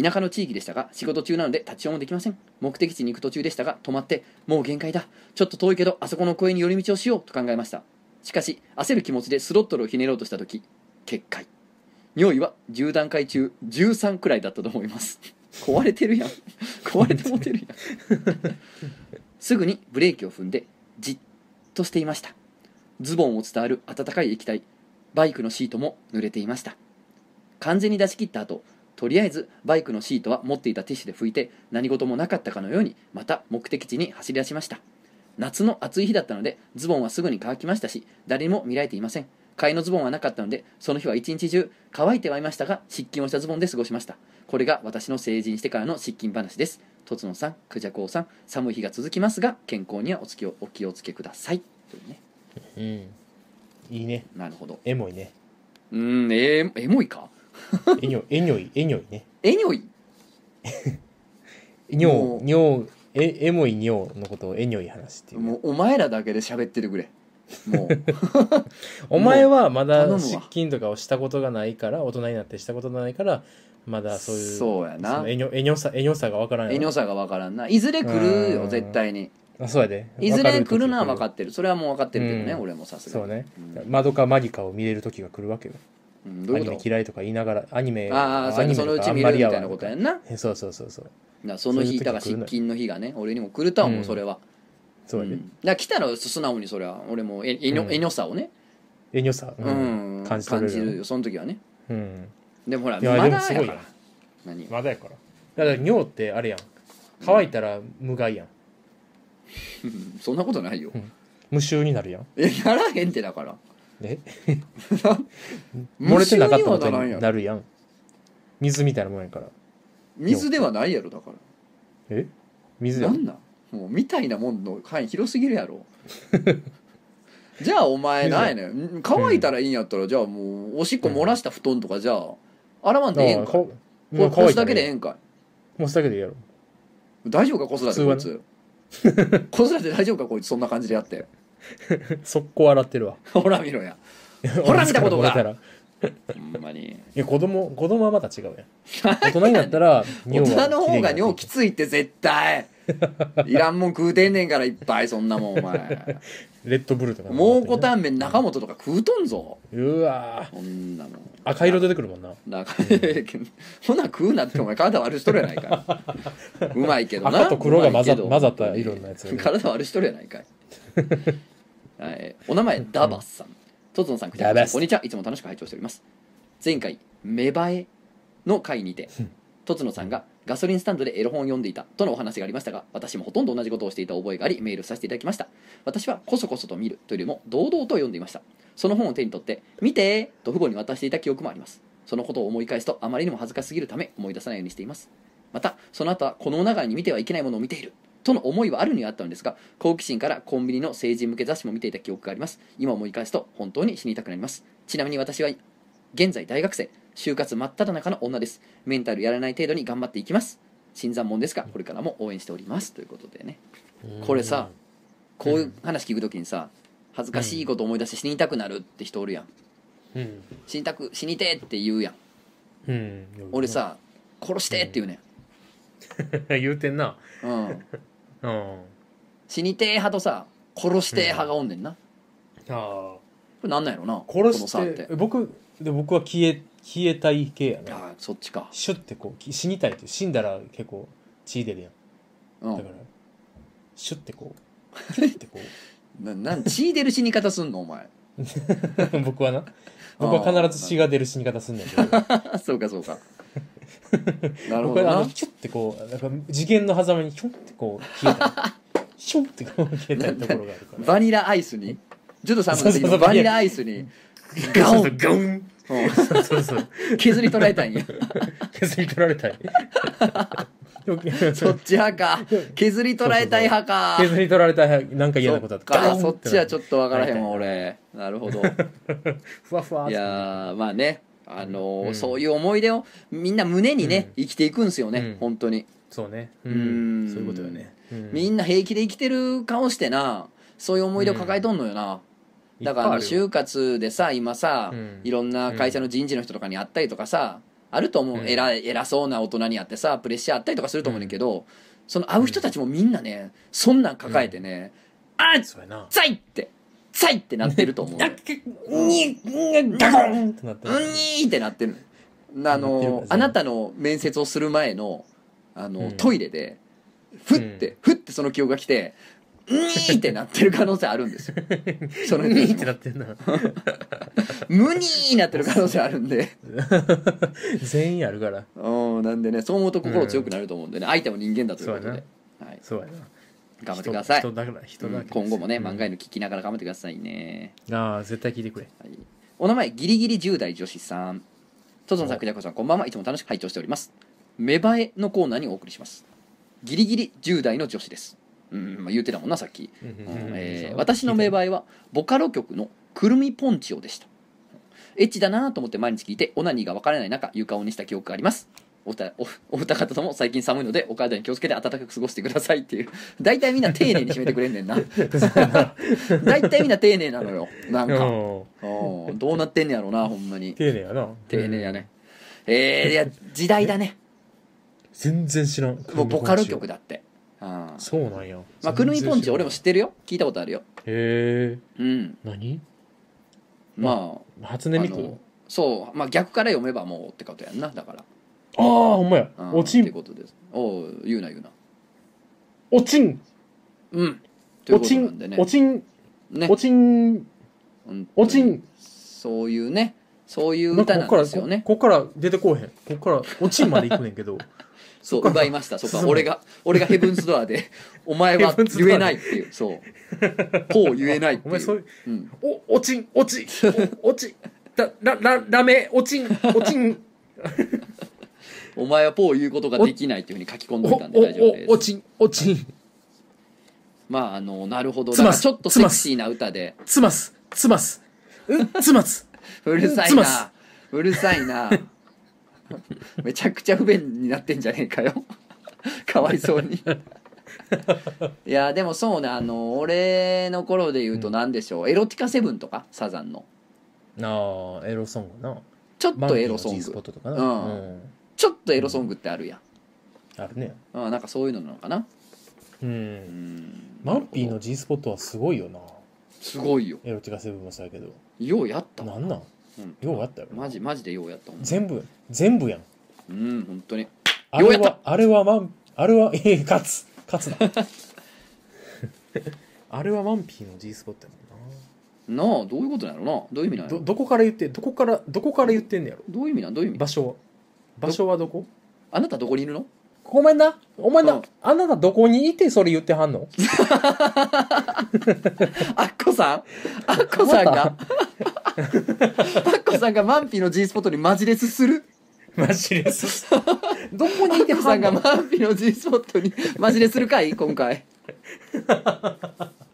田舎の地域でしたが仕事中なので立ち寄りもできません目的地に行く途中でしたが止まってもう限界だちょっと遠いけどあそこの公園に寄り道をしようと考えましたしかし焦る気持ちでスロットルをひねろうとした時決壊尿意は10段階中13くらいだったと思います壊れてるやん壊れてもてるやんすぐにブレーキを踏んでじっとしていましたズボンを伝わる温かい液体バイクのシートも濡れていました完全に出し切った後とりあえずバイクのシートは持っていたティッシュで拭いて何事もなかったかのようにまた目的地に走り出しました夏の暑い日だったのでズボンはすぐに乾きましたし誰にも見られていません替えのズボンはなかったのでその日は一日中乾いてはいましたが失禁をしたズボンで過ごしましたこれが私の成人してからの失禁話ですとつのさんくじゃこうさん寒い日が続きますが健康にはおつきをお気をつけくださいというね
うんいいね
なるほど
エモいね
うーんえー、エモいか
エニョ *laughs* エニョイエニョイね
エニョイ
尿
もう
尿えエモい尿のことをエニョイ話っていうね
もうお前らだけで喋っててくれ
*laughs*
もう
お前はま
もう
だ
頼む
失
わ
禁とかをしたことがないから大人になってしたことがないからまだそういう
そうやな
のえにょえにょさえにょさがわからない
えにょさが分からんないずれ来る
う
よ
ん
絶対に
あそうやで
いずれ来るのは分
わ
か
る
ってるそれはもう分かってるけどね、
うん
俺もさす
時
が
そう
に
ね
うん
窓かマギかを見れる時が来るわけよ
うん、ど
ア
ういう
ニ
こ
メ
と
嫌いとか言いながらアニメ
ああそうやね
ア
そ
ニメ
のう
と
ち
か
見
あ
れ
んま
る
り
み
合
た
わ
い
ん
な
か
ことやんなだから
そうそうそうそう
らそ
そ
の
うい
日
う時
だから
来るの
失
よ
禁の日がね俺にも来るとは思
う
うんそれは、
そうや
う
で
んだから来たら素直にそれは俺もええにょ
うん
えにょさをね、
えにょさう
うんん
感
感
じ
じ
取れる
るよその時はね
うん
でもほら
い
ま
や
だ
で
や
も
か
すごいや
ら
ん
何
まだやからだから尿ってあれやん乾いたら無害やん
そんなことないよ
無臭になるやん
えならへんってだから
え漏れてなかったこと
無臭にはならんや
に
ろ
なるやん水みたいなもんやから
水ではないやろだから
え水や
なんんなんもうみたいなもんの範囲広すぎる
*laughs*
やろじゃあお前なんやねん乾いたらいいんやったらじゃあもうおしっこ漏らした布団とかじゃあ洗わんでええんかい
こも
こ
う
こ
乾
す
いた
だ
ら
けでえ
い
え
い
んか
もうすだけでいいやろ *laughs*
い大丈夫か子育
普通
てこ
はいね
つ子育て大丈夫かこいつそんな感じでやって *laughs*
速攻洗ってるわ
ほら見
*laughs*
ろやほら見たことが
お腹から漏れたらい
ほんまに
や子供子供はまた違うやん大人になったら
*laughs* 大
尿は
人の方が
きれいにな
尿
って
き
いく
ついって絶
*laughs*
対いらんもん食うてんねんからいっぱいそんなもん
*laughs*
お前
レッドブルとか
蒙古
た
タンメン中本とか食うとんぞ
うわ
そんなもん
ー赤色出てくるもんな
な *laughs* ほな食うなってお前体悪いしとるやないか
*laughs*
いうまいけどな
赤と黒が混ざ
うまいけど
混ざった色のやつ
体悪いしとるやないかい、はい、お名前ダバスさんとつのさんく
ダバス
こんにちはいつも楽しく拝聴しております前回芽生えの回にてとつのさんがガソリンスタンドでエロ本を読んでいたとのお話がありましたが私もほとんど同じことをしていた覚えがありメールさせていただきました私はこそこそと見るというよりも堂々と読んでいましたその本を手に取って「見て!」と父母に渡していた記憶もありますそのことを思い返すとあまりにも恥ずかしすぎるため思い出さないようにしていますまたその後はこの長いに見てはいけないものを見ているとの思いはあるにはあったのですが好奇心からコンビニの成人向け雑誌も見ていた記憶があります今思い返すと本当に死にたくなりますちなみに私は現在大学生就活真っ只中の女ですメンタルやらない程度に頑張っていきます新参者ですがこれからも応援しておりますということでねこれさこういう話聞くときにさ恥ずかしいこと思い出して死にたくなるって人おるやん
うん
死にたく死にてって言うやん
うん
俺さ殺してって言うね、
*laughs* 言うてんなん
うん、
うん
死にて派とさ殺して派がおんねんなこ
あ
れなんなんやろな
殺
この差っ
してて僕で僕は消え消えたい系やな
あーそっちか、
シュッてこうき死にたいって死んだら結構血出るやん
う
だか
ん、
らシュッてこうキュッてこ
ななん血出る死に方すんのお前 *laughs*
う *laughs* 僕はな僕は必ず血が出る死に方すんねんけど
そうかそ
*laughs*
うかなるほ
僕
ど
はあ
な
のキュッてこうなんか次元の狭間にキュンってこう消えた
*laughs*
シュンってこう消えたところがあるから
バニラアイスにちょっと寒い時
そうそ
の
うそう
バニラアイスにガオン
ガウン
うん
*laughs* そうそうそう
削り取られたんや *laughs*
削り取られたいでも削
そっち派か削り取られたい派か
り取られたなんか嫌なことだった
そっかそっちはち
ょっ
ょっとわからへんわ俺なるほど
とふわふ *laughs* わ
いやーまあねあのー
うん
そういう思い出をみんな胸にね、生きていくんですよね、
うん
本当に、
そうねう
うん
んそういうことよねうん
みんな平気で生きてる顔してなそういう思い出を抱えとんのよな、だからあ
いっ
の
ぱいあるよ
就活でさ今さ、
うん
いろんな会社の人事の人とかに会ったりとかさあると思う、
うん
偉い偉そうな大人に会ってさプレッシャーあったりとかすると思うねんだけど、その会う人たちもみんなねそんなん抱えてね「あっ
そうやな
ざい!」って「ざい!」ってなってると思う、ね、
ににダコンってなって
うんにーってなってるなあ
なってるか
の
ら
あなたの面接をする前のあの、
うん
トイレでふって、ふってその記憶が来て「うんにーってなってる可能性ある
*laughs*
んですよその
にー
人
ったて
ちも
なってん
*laughs*
な
無にーになってる可能性あるんで
全員あるから
うんなんでねそう思うと心強くなると思うんでね、相手も人間だということ
そう
で
や、
はい、
そうやな
頑張ってください
人人だから人だ
うん
け
今後もね
うん
漫画への聞きながら頑張ってくださいね、
ああ絶対聞いてくれ
はい、お名前ギリギリ10代女子さんとぞのさんくじゃこさんこんばんはいつも楽しく拝聴しております芽生えのコーナーにお送りしますギリギリ10代の女子ですうん、まあ、言ってたもんなさっき、
うん
うん
うん
えー
そう
私の芽生えはボカロ曲の「くるみポンチオ」でしたエッチだなと思って毎日聞いてオナニーがわからない中床をにした記憶がありますおたおお二方とも最近寒いのでお体に気をつけて暖かく過ごしてくださいっていう *laughs* 大体みんな丁寧に締めてくれんねんな *laughs* 大体みんな丁寧なのよなんか
うん
うんどうなってんねやろなほんまに
丁寧やな
丁寧やねえー、いや時代だね
うん全然知らん
もうボカロ曲だってあー
そうなんや
まあくるみポンチ俺も知
へ
ってるよ聞いたことあるよ
え
うん
何
まあ
初音ミ
あ
ク
のそうまあ逆から読めばもうってことやんなだから
ああほんまや
うん
おち
って
ん
ことですおう言うな言うな
おちん
うんという
お
こと
ち
なんで
ん
ね
おちん
ね
おちん
うん
おちん
そういうねそういう
なんか
歌
こ
な
っか
ん
ら
ですよね
ここっから出てこうへんこっからおちんまで行くねんけど
そう
こっから
奪いましたそっか
そう
俺が俺がヘブンスドア
*laughs*
でお前は
ヘブンズドア
言
で
えないっていうそうこう言えないって
お
い
前そう
う
いう
うん
おおちんおちんおおちんだららラメおちんおち
*laughs*
ん
お前はこう言うことができないっていうふうに書き込ん
お
でおいたんで大丈夫で
おお
す
ちんおちん
まああのなるほど
つ
だか
ま
ら
す
ちょっとセクシーな歌で
つますつますうんつます
うるさい
つま
な
す
うるさいなめちゃくちゃ不便になってんじゃねえかよ *laughs* かわいそうにいやでもそうねあの俺の頃で言うと何でしょう、エロティカセブンとかサザンの
*laughs* ああエロソングな
ちょっ
マン
と
キー
エ
の
ロソン
G
グ
スポットとかな
うん
うん
ちょっとエロソングってあるやん、
あるね
うん、なんかそういうのなのかな
う
うんん
マンピーの G スポットはすごいよな
すごいよ
エロティカセブンもそうやけど
ようやったわ
なんなん
うん
ようやったよ
マジマジでようやったほんま
全部全部やん
うん本当に
あ
ようや
れ
った
はあれはマンあれは *laughs* ええ勝つ勝つだ *laughs* あれはマンピーの G スポットやもんな
なあどういうことなのなどういう意味なの
どどこから言ってどこからどこから言ってんのやろ
どういう意味なのどういう意味
場所は場所はどこ
あなたどこにいるの
ごめんなお前
うん
なあなたどこにいてそれ言ってはんの
アッコさんアッコさんがアッコさんがマンピの G スポットにマジレスする
マジです *laughs* どこに
ア
いて
ッコさ
はん
んが
の
マンピの G スポットにマジレスするかい今回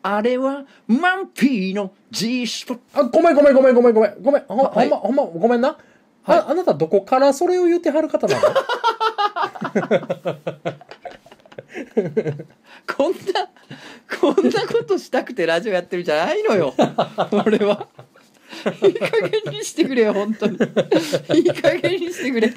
あれはマンピの G スポット
あごめんごめんごめんごめんごめんごめんほん,、
は
ほん
い
まほんまごめんな、
はい
ああなたどこからそれを言ってはる方なの
こんなこんなことしたくてラジオやってるんじゃないのよ俺はいい加減にしてくれよ本当にいい加減にしてくれ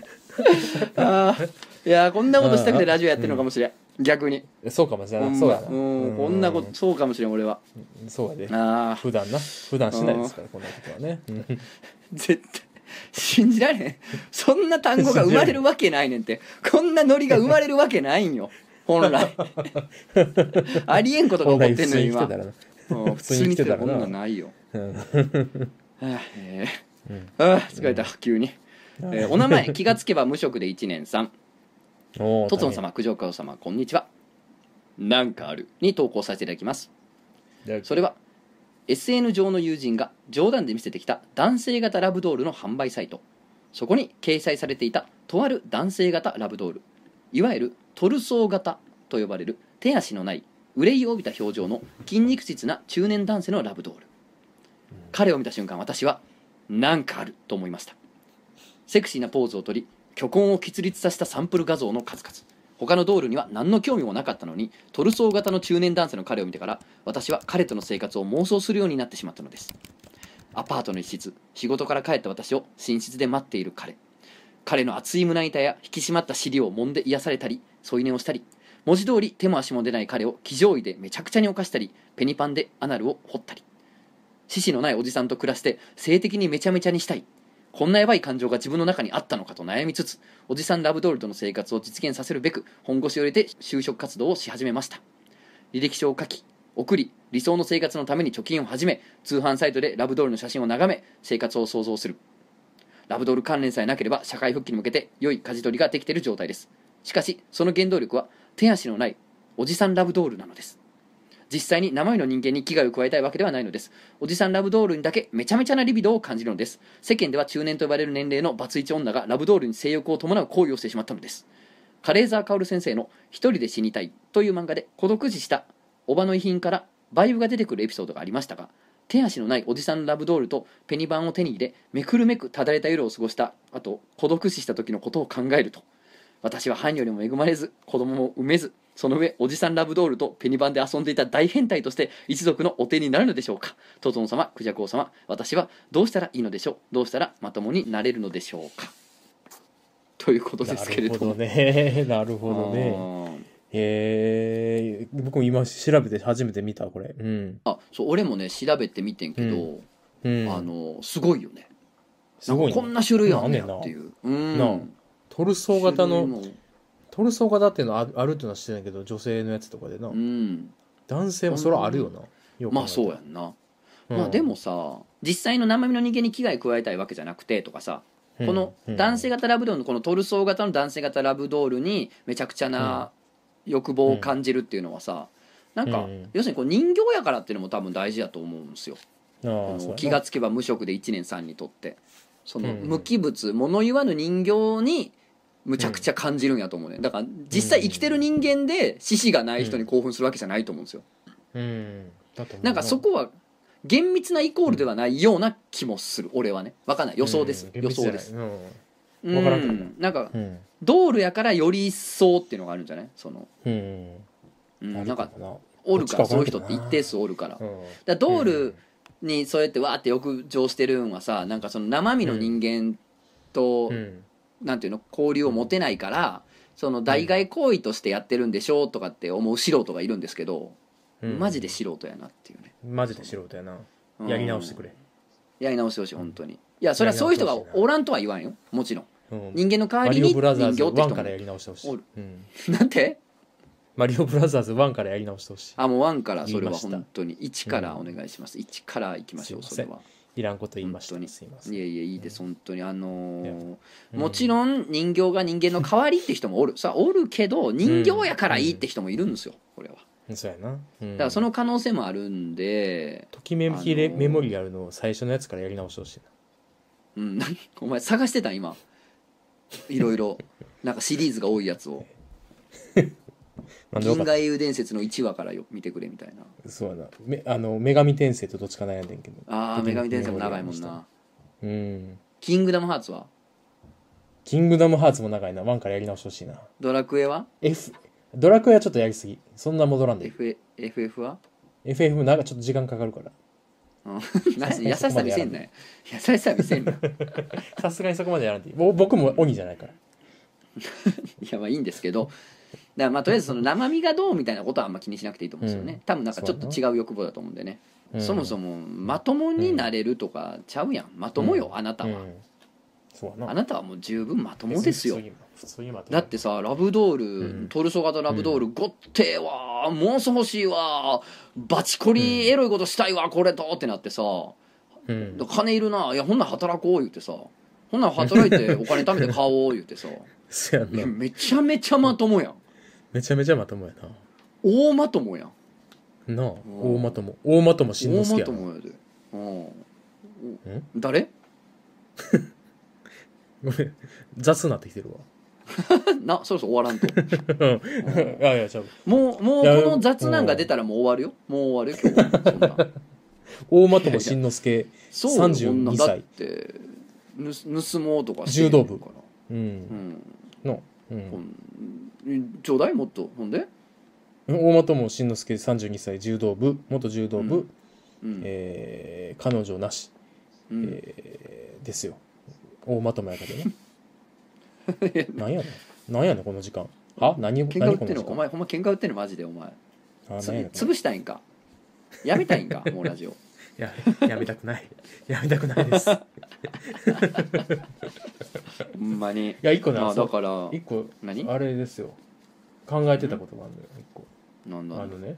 あーいやーこんなことしたくてラジオやってるのかもしれん逆に
そうかもしれ
ほ
ない、
ん
そう
ま
やな
うんこんなことそうかもしれん俺は
そうやで
あー *laughs*
普段な普段しないですからこんなことはねうん
絶対信じられへんそんな単語が生まれるわけないねんってこんなノリが生まれるわけないんよ
*laughs*
本来ありえんことが
本来
起こって
普
んの
通に
よ
来て
今
たらな
うん普
普
通
通
に
に来
来て
て
た
た
こ
ら
ん
な
なんないよ。はあえ
う
ー
ん
あー疲れた急に、えーお名前気がつけば無職で1年3
*laughs* おー
とつの様九条川様こんにちはなんかあるに投稿させていただきます
大変
それは SN 上の友人が冗談で見せてきた男性型ラブドールの販売サイトそこに掲載されていたとある男性型ラブドールいわゆるトルソー型と呼ばれる手足のない憂いを帯びた表情の筋肉質な中年男性のラブドール彼を見た瞬間私はなんかあると思いましたセクシーなポーズをとり巨根を決立させたサンプル画像の数々他のドールには何の興味もなかったのにトルソー型の中年男性の彼を見てから私は彼との生活を妄想するようになってしまったのですアパートの一室仕事から帰った私を寝室で待っている彼彼の熱い胸板や引き締まった尻を揉んで癒されたり添い寝をしたり文字通り手も足も出ない彼を騎乗位でめちゃくちゃに犯したりペニパンでアナルを掘ったり獅子のないおじさんと暮らして性的にめちゃめちゃにしたいこんなやばい感情が自分の中にあったのかと悩みつつおじさんラブドールとの生活を実現させるべく本腰を入れて就職活動をし始めました履歴書を書き送り理想の生活のために貯金を始め通販サイトでラブドールの写真を眺め生活を想像するラブドール関連さえなければ社会復帰に向けて良い舵取りができている状態ですしかしその原動力は手足のないおじさんラブドールなのです実際に生身の人間に危害を加えたいわけではないのですおじさんラブドールにだけめちゃめちゃなリビドーを感じるのです世間では中年と呼ばれる年齢のバツイチ女がラブドールに性欲を伴う行為をしてしまったのですカレーザーカオル先生の「一人で死にたい」という漫画で孤独死したおばの遺品からバイブが出てくるエピソードがありましたが手足のないおじさんラブドールとペニバンを手に入れめくるめくただれた夜を過ごしたあと孤独死した時のことを考えると私は伴侶にも恵まれず子供も産めずその上おじさんラブドールとペニバンで遊んでいた大変態として一族のお手になるのでしょうかトトン様クジャク王様私はどうしたらいいのでしょうどうしたらまともになれるのでしょうかということですけれども
なるほどね *laughs* なるほどねへえ僕も今調べて初めて見たこれうん
あーあそう俺もね調べてみてんけど、
うん
あのすごいよね
すごいね
こんな種類あんねやっていううん
なあトルソー型
種類
の
も
トルソー型っていうのあるあるっていうのは知ってないけど女性のやつとかでな
うん
男性もそれはあるよなよく考えたら
まあそうやんな、
うん
まあでもさ実際の生身の人間に危害加えたいわけじゃなくてとかさ
うん
この
うん
男性型ラブドールのこのトルソー型の男性型ラブドールにめちゃくちゃな欲望を感じるっていうのはさなんか
うん
要するにこう人形やからっていうのも多分大事だと思うんですよ。あ
ああ
の
そうやな
気がつけば無職で1年3にとってその
うん
無機物物言わぬ人形にむちゃくちゃ感じるんやと思うねだから実際生きてる人間で獅子がない人に興奮するわけじゃないと思うんですよ。
うんだと思う
なんかそこは厳密なイコールではないような気もする、俺はね分かんない予想です、
うん
予想です
厳密じゃない
うん
わからんけど
なんか
うん
ドールやからより一層っていうのがあるんじゃないその、
うんうん
うん、
あ
な
る
んか
もな
おるから
どっちか
そういう
わか
人
ん
っ
ないけ
て
どな
一定数おるからだか
うん
らドールにそうやってわーって欲情してるんはさなんかその生身の人間と、
うん
なんていうの交流を持てないからその代替行為としてやってるんでしょうとかって思う素人がいるんですけど、
うん
マジで素人やなっていうね、
マジで素人やな
うん
やり直してくれ
やり直してほしい本当にいやそれはそういう人がおらんとは言わんよもちろん
うん
人間の代わ
マ
り
リ
に
オ
人
ブラザ
形
ーズ
って人
1
も
からやり直してほしい
おる
うん
なんて
マリオブラザーズ1からやり直してほしい
あもう1からそれ
言い
は
ました
本当に1からお願いします1からいきましょう
すいま
そ
せ
れ
ん
はい
らんこと言いました
本当に
すいません
いえいえいいです本当にあのー
うん
もちろん人形が人間の代わりって人もおるさおるけど人形やからいいって人もいるんですよこれは
うんそうやなだ
だからその可能性もあるんで
ときめきレ
あのー
メモリアルの最初のやつからやり直してほしいな
うんなんお前探してたん今いろ
*laughs*
いろなんかシリーズが多いやつを「
なんでわ
銀
かっ
河英雄伝説」の1話からよ見てくれみたいな
たそうやなめあの女神転生とどっちか悩んでんけど
ああ
とき
女
め
神
き
伝説も
メモリ
長
ア
い
ル
も
に
ん
した
な
うん
キングダムハーツは
キングダムハーツも長いな1からやり直してほしいな
ドラクエは
F ドラクエはちょっとやりすぎそんな戻らんでいい
FA ?FF は
FF もなんかちょっと時間かかるから
うん
*laughs*
*laughs* なし優しさ見せんなよ優しさ見せんない
さすがにそこまでやらんでいいぼ僕も鬼じゃないから
やまあいいんですけどだからまあとりあえずその生身がどうみたいなことはあんま気にしなくていいと思うんですよね、
うん
多分なんかちょっと違う欲望だと思うんでね、
うん
そもそもまともになれるとかちゃうやんまともよ、あなたは、
うんそうやな
あなたはもう十分まともですよ
普通に普通にまとも
だってさラブドール、
うん
トルソー型ラブドール、ごってーわー妄想欲しいわーバチコリエロいことしたいわこれとってなってさ、
うん
金いるないやほんなら働こう言うてさほんなら働いてお金貯めて買おう言うてさ
そうやん
いや
な
めちゃめちゃまともやん
めちゃめちゃまともや
大まともやん
ななあ
ん
大まとも大まともしんの
大
すけ
ま
や
と
な
もやでうん
ん
誰 *laughs*
*laughs* ごめん雑になってきてるわ
なそろそろ終わらんと
うん *laughs* いやいやちょっと
もうもう
いや
この雑談が出たらもう終わるよもう終わるよ
*laughs*
今日そんな
大間友慎之介
そうよ
32
こんなだってぬ盗もうとかしてんねんから
う
うんん
の、う
ほ
ん、
んちょうだいもっとほんで
大間友慎之介32歳柔道部元柔道部、
うんうん
えー彼女なし、
うん
えーですよ大まとめやけどね
*laughs*
なんやねんなんやねんこの時間は何
喧嘩売
何
っ
こ
て
の
んの
時間
お前ほんま喧嘩売ってんのマジでお前
あ
つ
なんやねんこの
潰したいんかやめたい
*laughs*
んかもうラジオ
ややめたくないやめたくない
*laughs*
です
ほんまに
いや一個ね
あ
そ
だ
う
から
一個
何
あれですよ考えてたことがあるのよ一個
なんだ
あのね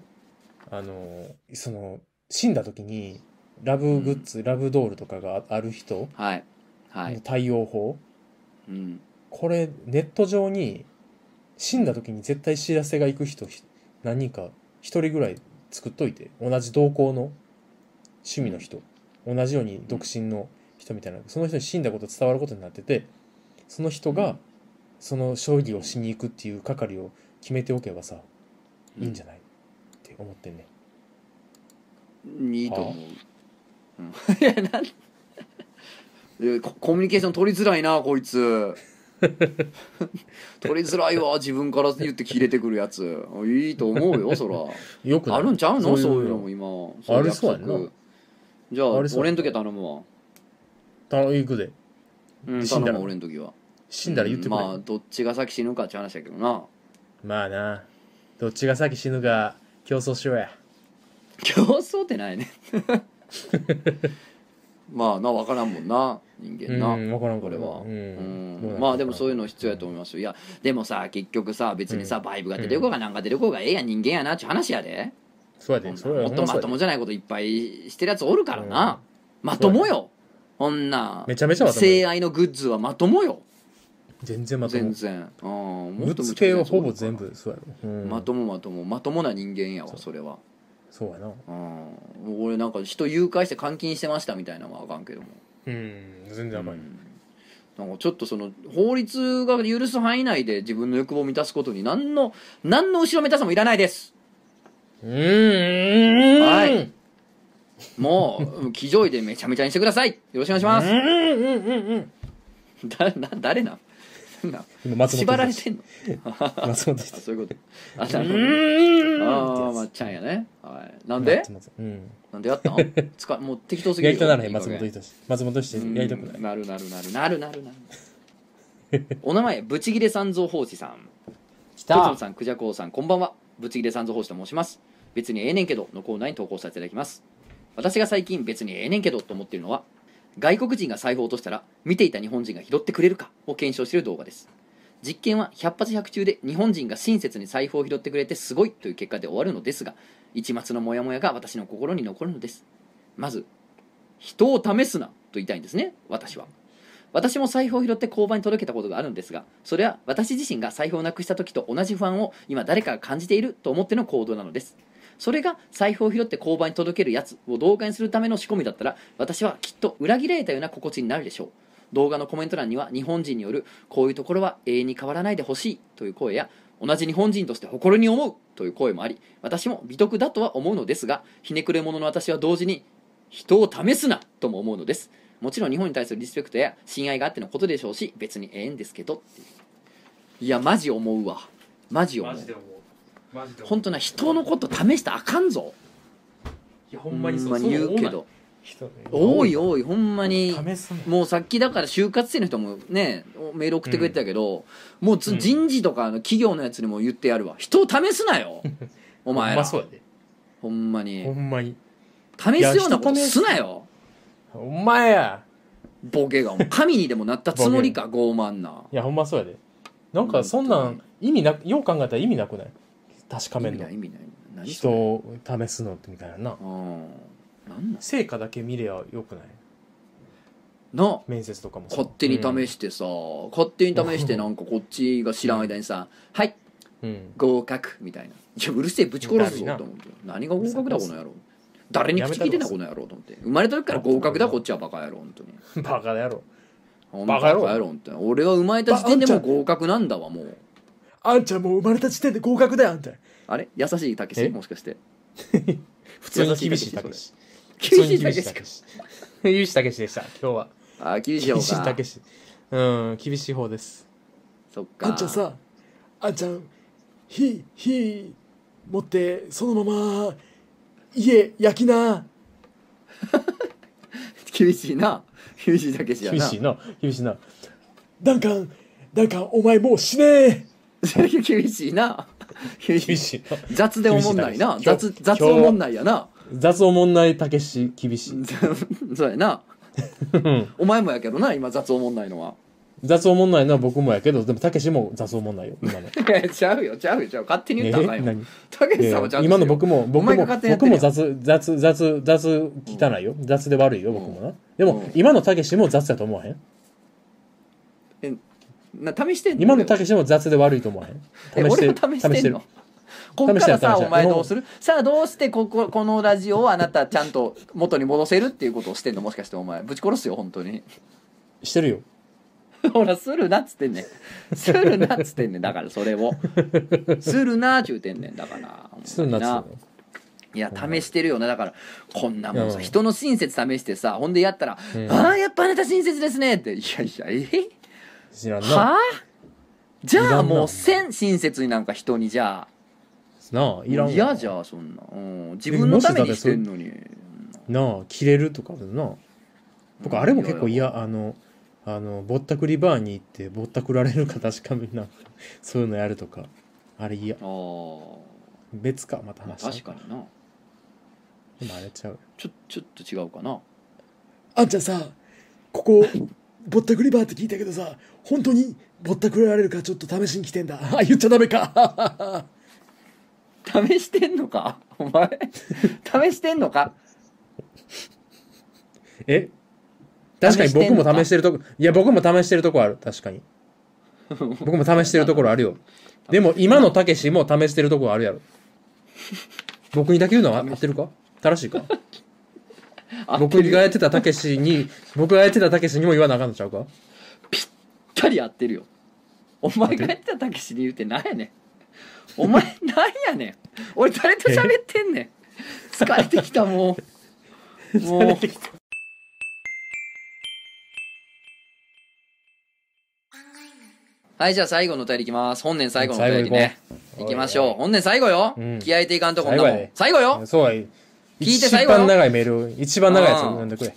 あのその死んだ時にラブグッズ、ラブドールとかがあある人
はいはい
の対応法、
うん
これネット上に死んだ時に絶対知らせが行く人ひ何人か一人ぐらい作っといて同じ同行の趣味の人同じように独身の人みたいなその人に死んだこと伝わることになっててその人
う
が
ん
その将棋をしに行くっていう係を決めておけばさいいんじゃないって思ってんね
いいと思う、うん、 *laughs* いやなんいやココミュニケーション取りづらいなこいつ *laughs* 取りづらいわ自分から言って切れてくるやついいと思うよそら
*laughs* よくない
あるんちゃうのそういうのも
も
今
ありそうやんな
そういう約束じゃあ
ありそうやんな
俺ん時は頼むわ、
行くで
うん、
死んだ
頼
ら
むわ俺ん時は
死んだら言ってくれ、
うんまあどっちが先死ぬかって話だけどな *laughs*
まあなどっちが先死ぬか競争しようや
競争ってないね *laughs* まあな分からんもんな人間な、
うん、分からん
これは、
う
うんん
どうなるか
まあでもそういうの必要やと思いますよいやでもさ結局さ別にさバイブが出てこうがなんか出てこうがええやん人間やなっちゅう話やで、
そうやでそれは
もっとまと
も
もじゃないこといっぱいしてるやつおるからな、まともよこんな
めちゃめちゃまともよ
性愛のグッズはまともよ
全然まと
全
も
然うんも
ぶ
っと
つ
むちゃくちゃ
け
や
は
つお
ほ
るから
ぼ全部そうやろ、うん、
まともまともまともな人間やわそれは
そうやな
うん俺なんか人誘拐して監禁してましたみたいなのはあかんけども
うん全然甘い、
うんなんかちょっとその法律が許す範囲内で自分の欲望を満たすことに何の何の後ろめたさもいらないです
うーん
は
う
いもう気丈でめちゃめちゃにしてくださいよろしくお願いしま
ー
す
んうんうんうん
だな誰なんな
今松
縛ら
本
れ
人志
てんの
松本人
あ
志
そういうこと *laughs* あな
う
るほ
ーん
どああ
って
ま
や
っちゃんやねはい
つ
なんで
松本うん
なんでやったんつかもう適当すぎ
や
る
り
よ
たならへ
い
ん
い加
松
減
本人志松本人志やりたくない
なるなるなるなるなるなるお名前ブチギレ三蔵法師さん
き
トツノさんクジャコウさんこんばんはブチギレ三蔵法師と申します別にええねんけどのコーナーに投稿させていただきます私が最近別にええねんけどと思っているのは外国人が財布を落としたら見ていた日本人が拾ってくれるかを検証している動画です実験は100発100中で日本人が親切に財布を拾ってくれてすごいという結果で終わるのですが一末のモヤモヤが私の心に残るのですまず人を試すなと言いたいんですね私は私も財布を拾って交番に届けたことがあるんですがそれは私自身が財布をなくした時と同じ不安を今誰かが感じていると思っての行動なのですそれが財布を拾って交番に届けるやつを動画にするための仕込みだったら私はきっと裏切られたような心地になるでしょう動画のコメント欄には日本人によるこういうところは永遠に変わらないでほしいという声や同じ日本人として誇りに思うという声もあり私も美徳だとは思うのですがひねくれ者の私は同時に人を試すなとも思うのですもちろん日本に対するリスペクトや親愛があってのことでしょうし別にええんですけどっていういやマジ思うわマジ思う
思うマジで
本当な人のこと試したらあかんぞ
いやほ
ほんまに言うけど
人ね
多い多いほんまに
試すな
もうさっきだから就活生の人もねメール送ってくれてたけど、もうつ
うん
人事とかの企業のやつにも言ってやるわ人を試す
*laughs*
なよお前
ほんま
ら
そうやで
ほんま
ほ
に
んまに
試すようなこと
いや人試す
すなよ
お前や
ボケがお前神にでもなったつもりか傲慢ない
やほんまそうやでなんかそんな
本
ん意味なくよう考えたら意味なくない確か
意
め
味
ん
な
の
い意味ない何
人
それ
を試すのってみたいなな
うんなんなん
成果だけ見りゃよくない
な
面接とかも
勝手に試
し、
してさ、勝手に試してなんかこっちが知らん間にさ「はい
うんうん
合格」みたいな「いやうるせえぶち殺すぞ
だ」るいな
と思って何が合格だこの野郎誰に口聞いてんだ
やめたろ
この野郎と思って生まれた時から合格だこっちはバカ野郎本当に
バカだやろバカ野郎
やろって俺は生まれた時点でもう合格なんだわもう
あんちゃんもう生まれた時点で合格だよあんた
あれ優しいたけ
え
しもしかして
普通に厳しいたけし
厳しいたけしか
し *laughs* 厳しいたけしでした今日は
あー厳しい
厳
方
しいた
か
けしうん厳しい方です
そっか
あんちゃんさあんちゃん火火持ってそのまま家焼きな
厳しいな厳しいたけしやな
厳しいな厳しいな
ダンカンダンカンお前もう死ねえ
厳しいな厳し
厳
い
しいな
雑でおもんないな
厳しいたけし
雑雑おもんないやな *laughs*
雑おもんないたけし厳しい
そうやな
うん
お前もやけどな今雑おもんないのは
雑おもんないのは僕もやけどでもたけしも雑おもんないよ今の
いや *laughs* ちゃうよちゃうよちゃう勝手に言ったらあかんよ
何
たけ
い
しさ
や
んはちゃんと
今の僕も
お
僕
前
も
が勝手にやって
僕
るや
も
ん
雑雑雑雑汚いよ雑で悪いよ僕もなでも
うん
今のたけしも雑やと思わへん
な試してんの
今のたけしも雑で悪いと思わへ
え
ん試し
俺
て
を試してんのこっ
試
か
して
ら
る
さ
試してる
お前どうするさあどうしてこここのラジオをあなたちゃんと元に戻せるっていうことをしてんのもしかしてお前ぶち殺すよ本当に *laughs*
してるよ
ほらするなっつってんねんするなっつってんねんだからそ
*laughs*
れをするなっちゅうてんねんだから
するなっつうの
いや試してるよなだからこんなもんさ
うん
人の親切試してさほんでやったら「
うん
ああやっぱあなた親切ですね」って「いやいやえ
知らんな
はあじ
い
ゃ
ら
あ
んな
もうせん親切になんか人にじゃあ
なあいらんわ
嫌じゃあそんな、うん、自分のためにしてんのに
なあ切れるとかあるな僕あれも結構嫌あのあのぼったくりバーに行ってぼったくられるか確かめるな *laughs* そういうのやるとかあれ嫌
あー
別かまた
まあ
話
確かにな
にでもあれちゃう
ちょちょっと違うかな
あんちゃんさここぼったくりバーって聞いたけどさ本当にぼったくられるかちょっと試しに来てんだ *laughs* あ言っちゃダメか
試してんのかお前試してんのか
え確かに
試して
僕
んの
も
か
試してるとこいや僕も試してるとこある確か
*laughs*
に僕も試してるところあるよでも今のたけしも試してるところあるやろ僕にだけ言うのは合ってるか正しいか
あ
僕がやってたたけしに僕がやってたたけしにも言わなあかんのちゃうか
ぴったり合ってるよお前がやってたたけしに言うてなんやねんお前なんやねん俺誰と喋ってんねん疲れてきたも
*laughs*
うもうはいじゃあ最後のお便りいきます本年最後のお便りね
最後行こう
いきましょう本年最後よ、
うん
気合いていかんとこんなもん最後よ
そうは聞
聞いて最後よ
一番長いメールを一番長いやつを
うん
読んでくれ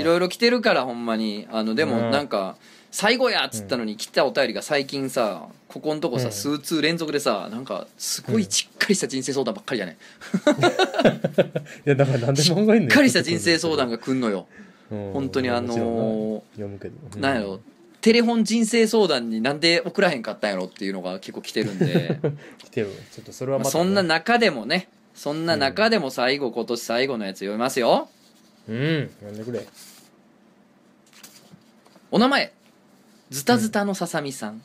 いろいろ来てるからほんまにあのでも
うん
なんか「最後や!」っつったのに来たお便りが最近さここのとこさ、
うん
数通連続でさなんかすごいしっかりした人生相談ばっかりやね、
いやだから何でも考えんね
ん、しっかりした人生相談が来んのよ
うん
本当にあ
もちろんな
の
読むけどう
ー、
ん
なんやろテレフォン人生相談になんで送らへんかったんやろっていうのが結構来て
*laughs*
るんで、
来てるちょっとそれは
ま
ま
あ
た
そんな中でもねそんな中でも最後今年最後のやつ読みますよ
うん読んでくれ
お名前ズタズタのささみさん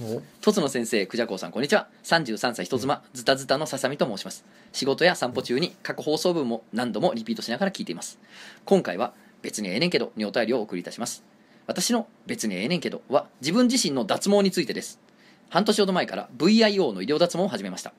お
とつの先生、くじゃこうさん、こんにちは。33歳人妻、ズタズタのささみと申します。仕事や散歩中に過去放送分も何度もリピートしながら聞いています。今回は、別にええねんけどにお便りをお送りいたします。私の別にええねんけどは、自分自身の脱毛についてです。半年ほど前から VIO の医療脱毛を始めました。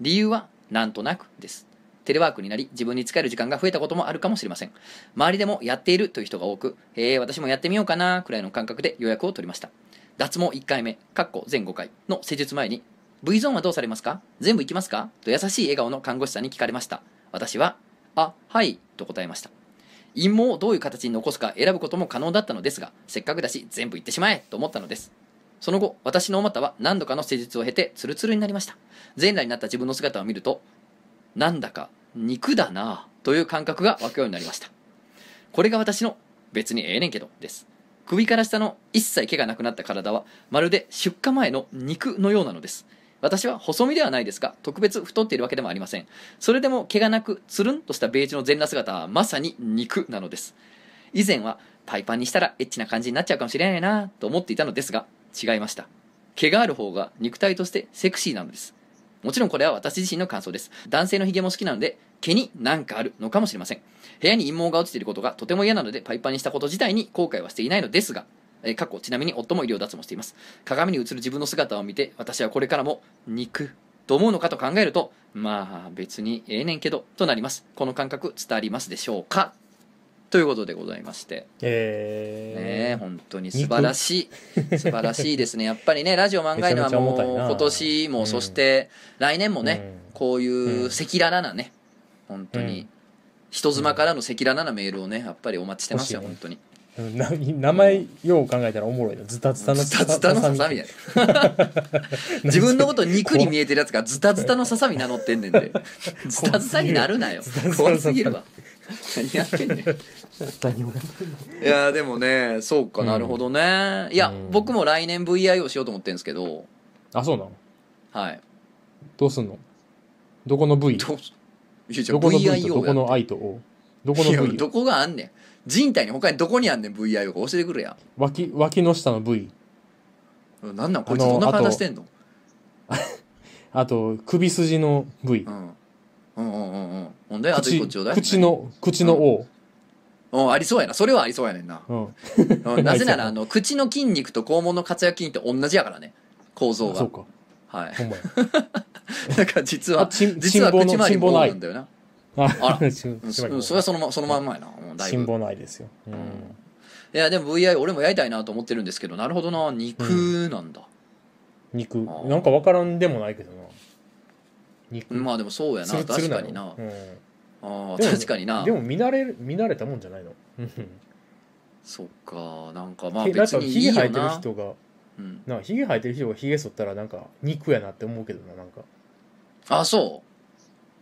理由は、なんとなくです。テレワークになり自分に使える時間が増えたこともあるかもしれません周りでもやっているという人が多く「へえ私もやってみようかな」くらいの感覚で予約を取りました脱毛1回目、かっこ全5回の施術前に、V ゾーンはどうされますか全部いきますかと優しい笑顔の看護師さんに聞かれました。私は、あ、はい、と答えました。陰毛をどういう形に残すか選ぶことも可能だったのですが、せっかくだし全部いってしまえと思ったのです。その後、私のお股は何度かの施術を経てツルツルになりました。全裸になった自分の姿を見ると、なんだか肉だなぁという感覚が湧くようになりました。これが私の別にええねんけどです。首から下の一切毛がなくなった体はまるで出荷前の肉のようなのです私は細身ではないですが特別太っているわけでもありませんそれでも毛がなくつるんとしたベージュの全裸姿はまさに肉なのです以前はパイパンにしたらエッチな感じになっちゃうかもしれないなと思っていたのですが違いました毛がある方が肉体としてセクシーなのですもちろんこれは私自身の感想です男性のヒゲも好きなので毛になんかあるのかもしれません部屋に陰毛が落ちていることがとても嫌なのでパイパンにしたこと自体に後悔はしていないのですがえー過去ちなみに夫も医療脱毛しています鏡に映る自分の姿を見て私はこれからも肉と思うのかと考えるとまあ別にええねんけどとなりますこの感覚伝わりますでしょうかということでございましてねえ
えー、
本当に素晴らし
*laughs*
い素晴らしいですねやっぱりねラジオ漫画のはも
めちゃめちゃ重たいうな
今年も、
うん
そして来年もね、
うん
こういう
うん
赤裸々なね本当に、
うん
人妻からの赤裸々なメールをねやっぱりお待ちしてますよ、
欲しいね
本当に
うんな名前よう考えたらおもろいなズタズタの
ズタズタのささ
*laughs*
みや自分のこと肉に見えてるやつがズタズタのささみ名乗ってんねんでズタズタになるなよ怖すぎるわ何やってんねんい
何もない
やでもねそうか
うん
なるほどね、いや、
うん
僕も来年 VI をしようと思ってるんですけど
*laughs* あそうなの
はい
どうすんのどこの部位
どういやじゃ
ど
あ
この部位
VIO
とどこの愛と O どこの
や
部
いや
位
どこがあんねん人体に他にどこにあんねん VIO が教えてくれや
脇脇の下の部位
なんなんこいつ
あの
どんな
あと
体してんの
あと首筋の部位
うんうんうんうんうんほんであと一個
口
ちょうだい
口の口の O、
うんありそうやなそれはありそうやね
*laughs*
んな
うん
うんなぜなら
あ
あ
いつ
の口の筋肉と肛門の括約筋って同じやからね構
そ
造が
うか
はい *laughs*
ほんまや
だから実
あ
は
ちん
実は
ちんぼの
口周り
ちんぼ
棒
の愛
なんだよな
あ *laughs*
あら
し
うん
しば
そ
らく
うんそれはそのまそのまんまやなうんだい
辛
ぶ
抱ないですよ、うん
んいやでも VI 俺もやりたいなと思ってるんですけどなるほどな肉なんだ
肉
あ
なんかわからんでもないけどな肉
まあでもそうやな
ツルツ
確
ル
か
の
にな
うん
あー
でも
確かにな
でも見慣れる見慣れたもんじゃないの
そっかなん
*laughs*
かまあ
なんか
別にい
ひげ
い
生
よ
えてる
な
人が
うん
なんかひげ生えてる人がひげ剃ったらなんか肉やなって思うけどななんか
あそ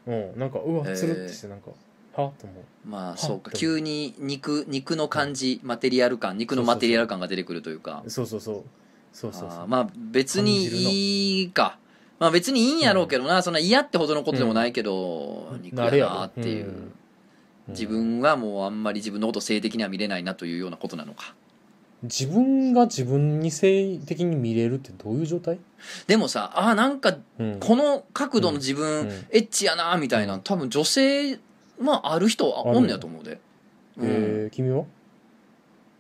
うんなんかうわ
へー
つるってしてなんかはと思う
うまあそうか
はっと
急に肉肉の感じマテリアル感肉のマテリアル感が出てくるというか
そうそうそうそうそう
あ
そ
ー
う
まあ別にいいかまあ別にいいんやろうけどな、そんな嫌ってほどのことでもないけど、
うん
肉だなっていう、
なるやろうん
自分はもうあんまり自分のこと性的には見れないなというようなことなのか
自分が自分に性的に見れるってどういう状態
でもさあーなんか
うん
この角度の自分、
うん
エッチやなみたいな多分女性まあある人は
ある
おんねやと思うで、うん
えー君は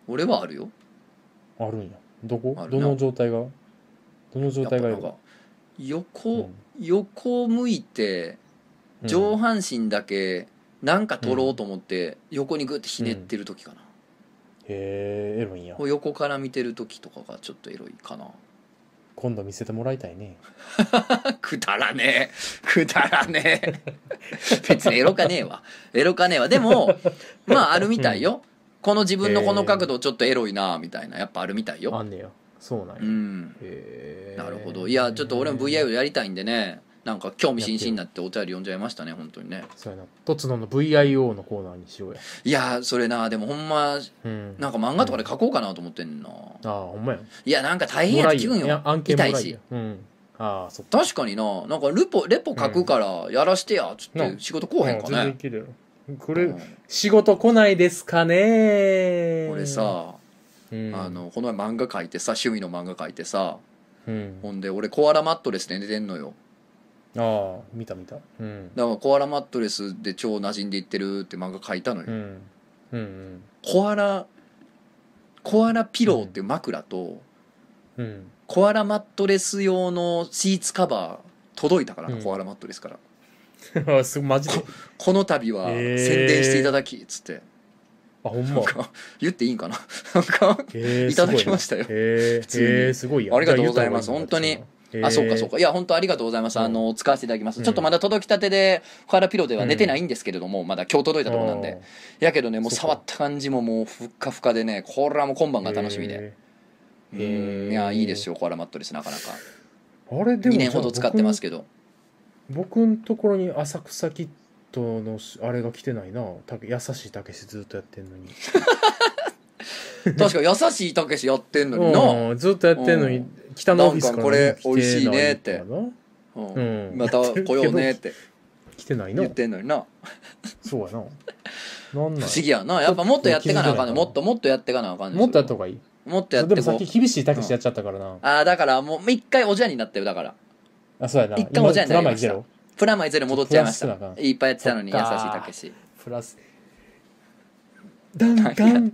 俺はあるよ
あるんやどこ
あるな
どの状態がどの状態が
や
いい
っぱ
の
なんか横、横向いて上半身だけなんか取ろうと思って横にグッてひねってる時かな、
へえエロいんや
こう横から見てる時とかがちょっとエロいかな
今度見せてもらいたいね
くだらねえくだらねえ別にエロかねえわエロかねえわでもまああるみたいよ、この自分のこの角度ちょっとエロいなみたいなやっぱあるみたいよ、
あんねやそうなんや
うん
へー
なるほどいやちょっと俺も VI をやりたいんでねなんか興味津々になってお便り読んじゃいましたね本当にね
そうやなとつのの VIO のコーナーにしようや
いやそれなでもほんま
うん
なんか漫画とかで書こうかなと思ってんな、
ああほんまや
いやなんか大変やって聞くん
いや
よ
案件もらいや
痛いし
うんああそっか
確かにななんかルポレポ書くからやらしてやつっ
う
て
ん
仕事来おへんか
うん全然い
ね、
けるやろこ
う
れ
ん
仕事来ないですかね
俺さ、
うん
あのこの前漫画書いてさ趣味の漫画書いてさ
うん
ほんで俺コアラマットレスで寝てんのよ
ああ見た見たうん
だからコアラマットレスで超馴染んでいってるって漫画書いたのよ、
うんうん
コアラコアラピローっていう枕と、
うんうん *laughs*
コアラマットレス用のシーツカバー届いたからな、
うん
コアラマットレスから
あすマ
*laughs*
ジで
この度は
へー
宣伝していただきっつって、
あほんま
言っていいんかな *laughs* なんか
へー
いただきましたよ
すごいなへ
通に
ーへーすごいや
ありがとうございます本
当
あそうかそう
か
かいや本当ありがとうございます、
うん
あの使わせていただきます、
うん
ちょっとまだ届きたてでコアラピローでは寝てないんですけれども、まだ今日届いたとこなんでやけどねもう
そうか
触った感じももうふっかふかでねこれはもう今晩が楽しみで、
へ
うん
ー
いやいいですよコアラマットレスなかなか
ーあれでも
2年ほど使ってます
け
けど
ど僕のところに浅草キットのしあれが来てないなたけ優しいたけしずっとやってんのに
確か優しいたけしやってんのにな、
うんずっとやってんの
う
に
ん
北のオフィスから
なんかこれ
来てな
美味しいねって
からな
うん
うん
また来ようねって
来てないな
言ってんのにな
そうやななん
不
なん
思議やなやっぱもっとやってかなあかん
ち
ね
ょ
も
っ
っともっとやってかなあかんね
もっとやった方がいい
もっとやっ
で
て
もさ
こ
っ
う
き厳しいたけしやっちゃったからな
ああだからもう一回おじゃになってるだから
あそうやな
一回もじゃあ
今プラマイゼロ
プラマイゼロ戻っちゃいまし
プラ
た
スだから
いっぱいやってたのに優しい
そっか
たけし
プラスダンカン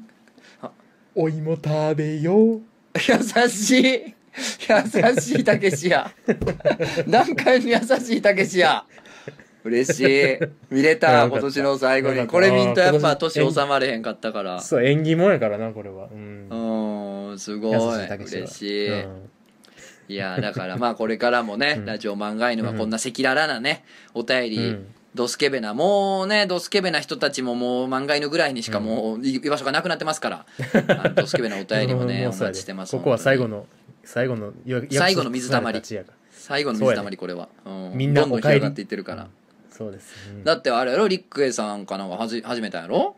お芋食べよう
優しい優しいたけしや何回に優しいたけしや嬉しい見れ
いや
た
よか
今
った
年の最後
よか
に
った
これ見んとやっぱ
あー今
年
年
収まれへんかったから
そう縁起もんやからなこれはうん
うーんすごい
優しいたけしは
嬉しい、
うん
いやだからまあこれからもね、ラジオ漫画犬はこんな赤裸々なねお便り、
うん
ドスケベなもうねドスケベな人たちももう漫画犬ぐらいにしかもう居場所がなくなってますから、あのドスケベなお便りもね
も *laughs*
お
うそうや
待
で
ちしてます
ここは最後
の
の最後のよ約束
最後の水たま
さ
り
れた地やから
最後の水たまりこれは、う
みんな
どんどん
お帰り
広がっていってるから、
そうです、うん
だってあれやろリックエさんかなんかはじ始めたんやろ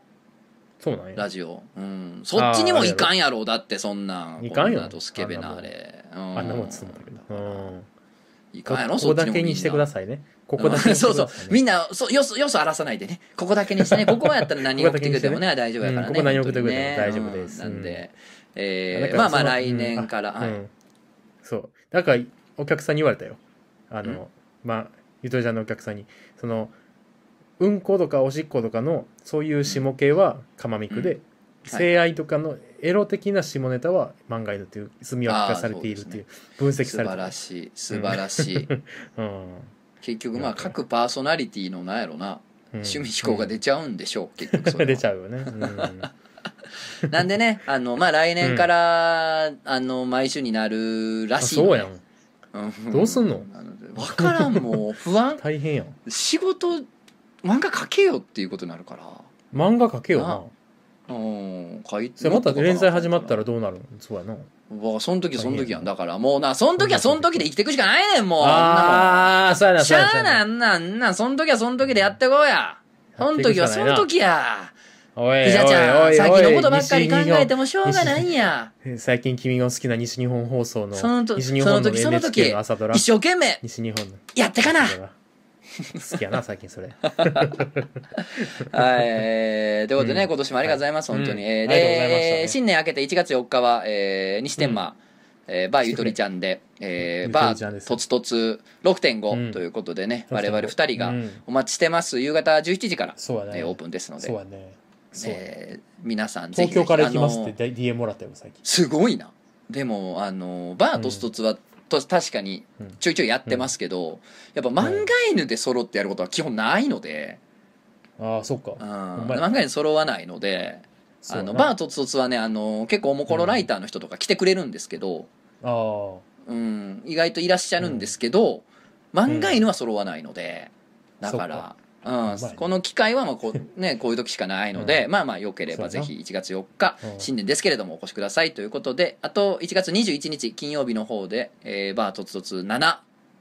そうなんや
ラジオ、うん、そっちにもいかんやろだってそんなん
いかんよ
こなドスケベなあれあん
あんなもんつもんだけどうん
いかんやろ
こ
そ
こ
っちに
だ
も
けにしてく
さい
ださいねここだけにして
そう
く
*laughs* そ
だ
う
さいね
みんなそうよそよそ荒らさないでねここだけにしてねここはやったら何
ここ
送
だ
って
け
く
に
れ
してね
もね大丈夫やからね、
うんここ何
本当にね
送ってくれても大丈夫です
うんなんで、え
だ
ー
から
まあまあ
その
来年から、
うん
はい
うんそうだからお客さんに言われたよあのまあゆとりちゃんのお客さんにそのうんことかおしっことかのそういう下系はかまみくで、
うん
性愛とかのエロ的な下ネタは漫画犬という住み分け化されているっていう分析
素
され
晴
てる
らしい素晴らし
*laughs*
い
うん
結局まあ各パーソナリティのなんやろな、
うん
趣味思考が出ちゃうんでしょう、結局そ
うん *laughs* 出
れは
ちゃうよね、
*laughs*
うん
なんでねあのまあ来年から、あの毎週になるら
あ
しい
そうやん
うん
どうすんの
あ分からんもう不安
大変やん
仕事漫画描けよっていうことになるから
漫画描けよな
うん、書い
それまた連載始まったらどうなるのそうやな
うわそん時そん時やんだからもうなそん時はそん時で生きていくしかないねんもう
ああそうや
あ
な
し
そうやなそう
ゃあ
やな
なんなんなんそん時はそん時でやってこうやそん時はそん時や
おいおいおいおい
ピザちゃん先のことばっかり考えてもしょうがないんや
最近君の好きな西日本放送の
そのと
西日本
そ
の
の時その時
NHK の朝ドラ
一生懸命
西日本の
やってかな
朝ドラ好きやな最近それ
はい、えーということでね、
うん
今年もありがとうございます、
はい
本当に。
うん
えー
ありがとうございました
で、
ね
新年明けて1月4日は、えー、西天満、えーバーゆとりちゃんで、え
ゆ
ー、
と
バ
りちゃんで
ー
す
とつとつ6.5
うん
ということでね、
そう
*laughs* 我
そう
々2人が
うん
お待ちしてます。夕方11時から、
そうやね
えーオープンですので
そう、やねそうやね
えー皆さんぜひ
東
ぜ
京
ひ
から行きますっ
あ
て
のー
DM もらったよ最近
すごいな。でも、あのーバーとつとつは、と確かに
うん
ちょいちょいやってますけど、やっぱ漫画犬で揃ってやることは基本ないので、
ああそっか
うん、
ほんまや
漫画犬揃わないので、
そう
あ
やな
のバーとつとつはねあの結構おもころライターの人とか来てくれるんですけど、
あー
うん、意外といらっしゃるんですけど、漫画犬は揃わないので、だから。うん
うまいね
この機会はまあこ,、
*laughs*
ね、こういう時しかないので、
う
まあまあよければ
そう
ぜ
やな
ひ1月4日
うん
新年ですけれどもお越しくださいということであと1月21日金曜日の方で、えーバーとつとつ7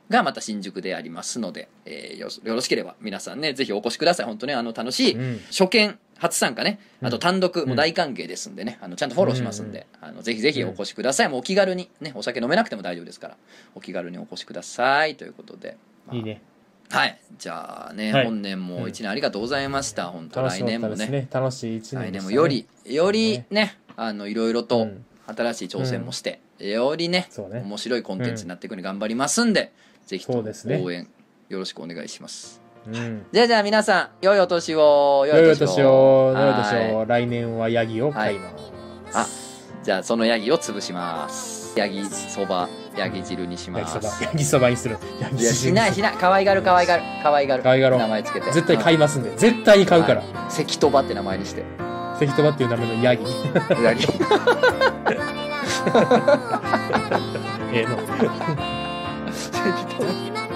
がまた新宿でありますので、えーよよろしければ皆さんねぜひお越しください本当ねあの楽しい
うん
初見初参加ねあと単独
ん
も大歓迎ですんでね、あのちゃんとフォローしますんで、あのぜひぜひお越しください、もうお気軽にねお酒飲めなくても大丈夫ですからお気軽にお越しくださいということで、まあ
いいね
はいじゃあね、
はい
本年も一年ありがとうございました、本当
楽し
来
かった
年も
で
ね
すね楽しい一年
来
でした
年も
ね
よりより
ね
ねあのいろいろ
う
と
ん
新しい挑戦もして、よりね
そうね
面白いコンテンツになっていくように頑張りますんで、ぜひと
そ
も
うですね
応援よろしくお願いします
うん
じゃあじゃあ皆さん良いお年を
良いお年を良いお
はい
年を来年はヤギを飼います
あじゃあそのヤギを潰しますヤギそばヤギ汁にし
ヤギ
ます
そばヤギそばにするヤギ
いやしないしない可愛がる可愛がる可愛がる
可愛がろう
名前つけて
絶対買いますんで絶対に買うから
うん関とばって名前にして
関とばっていう名前のヤギ *laughs*
ヤギ
ええの
関戸場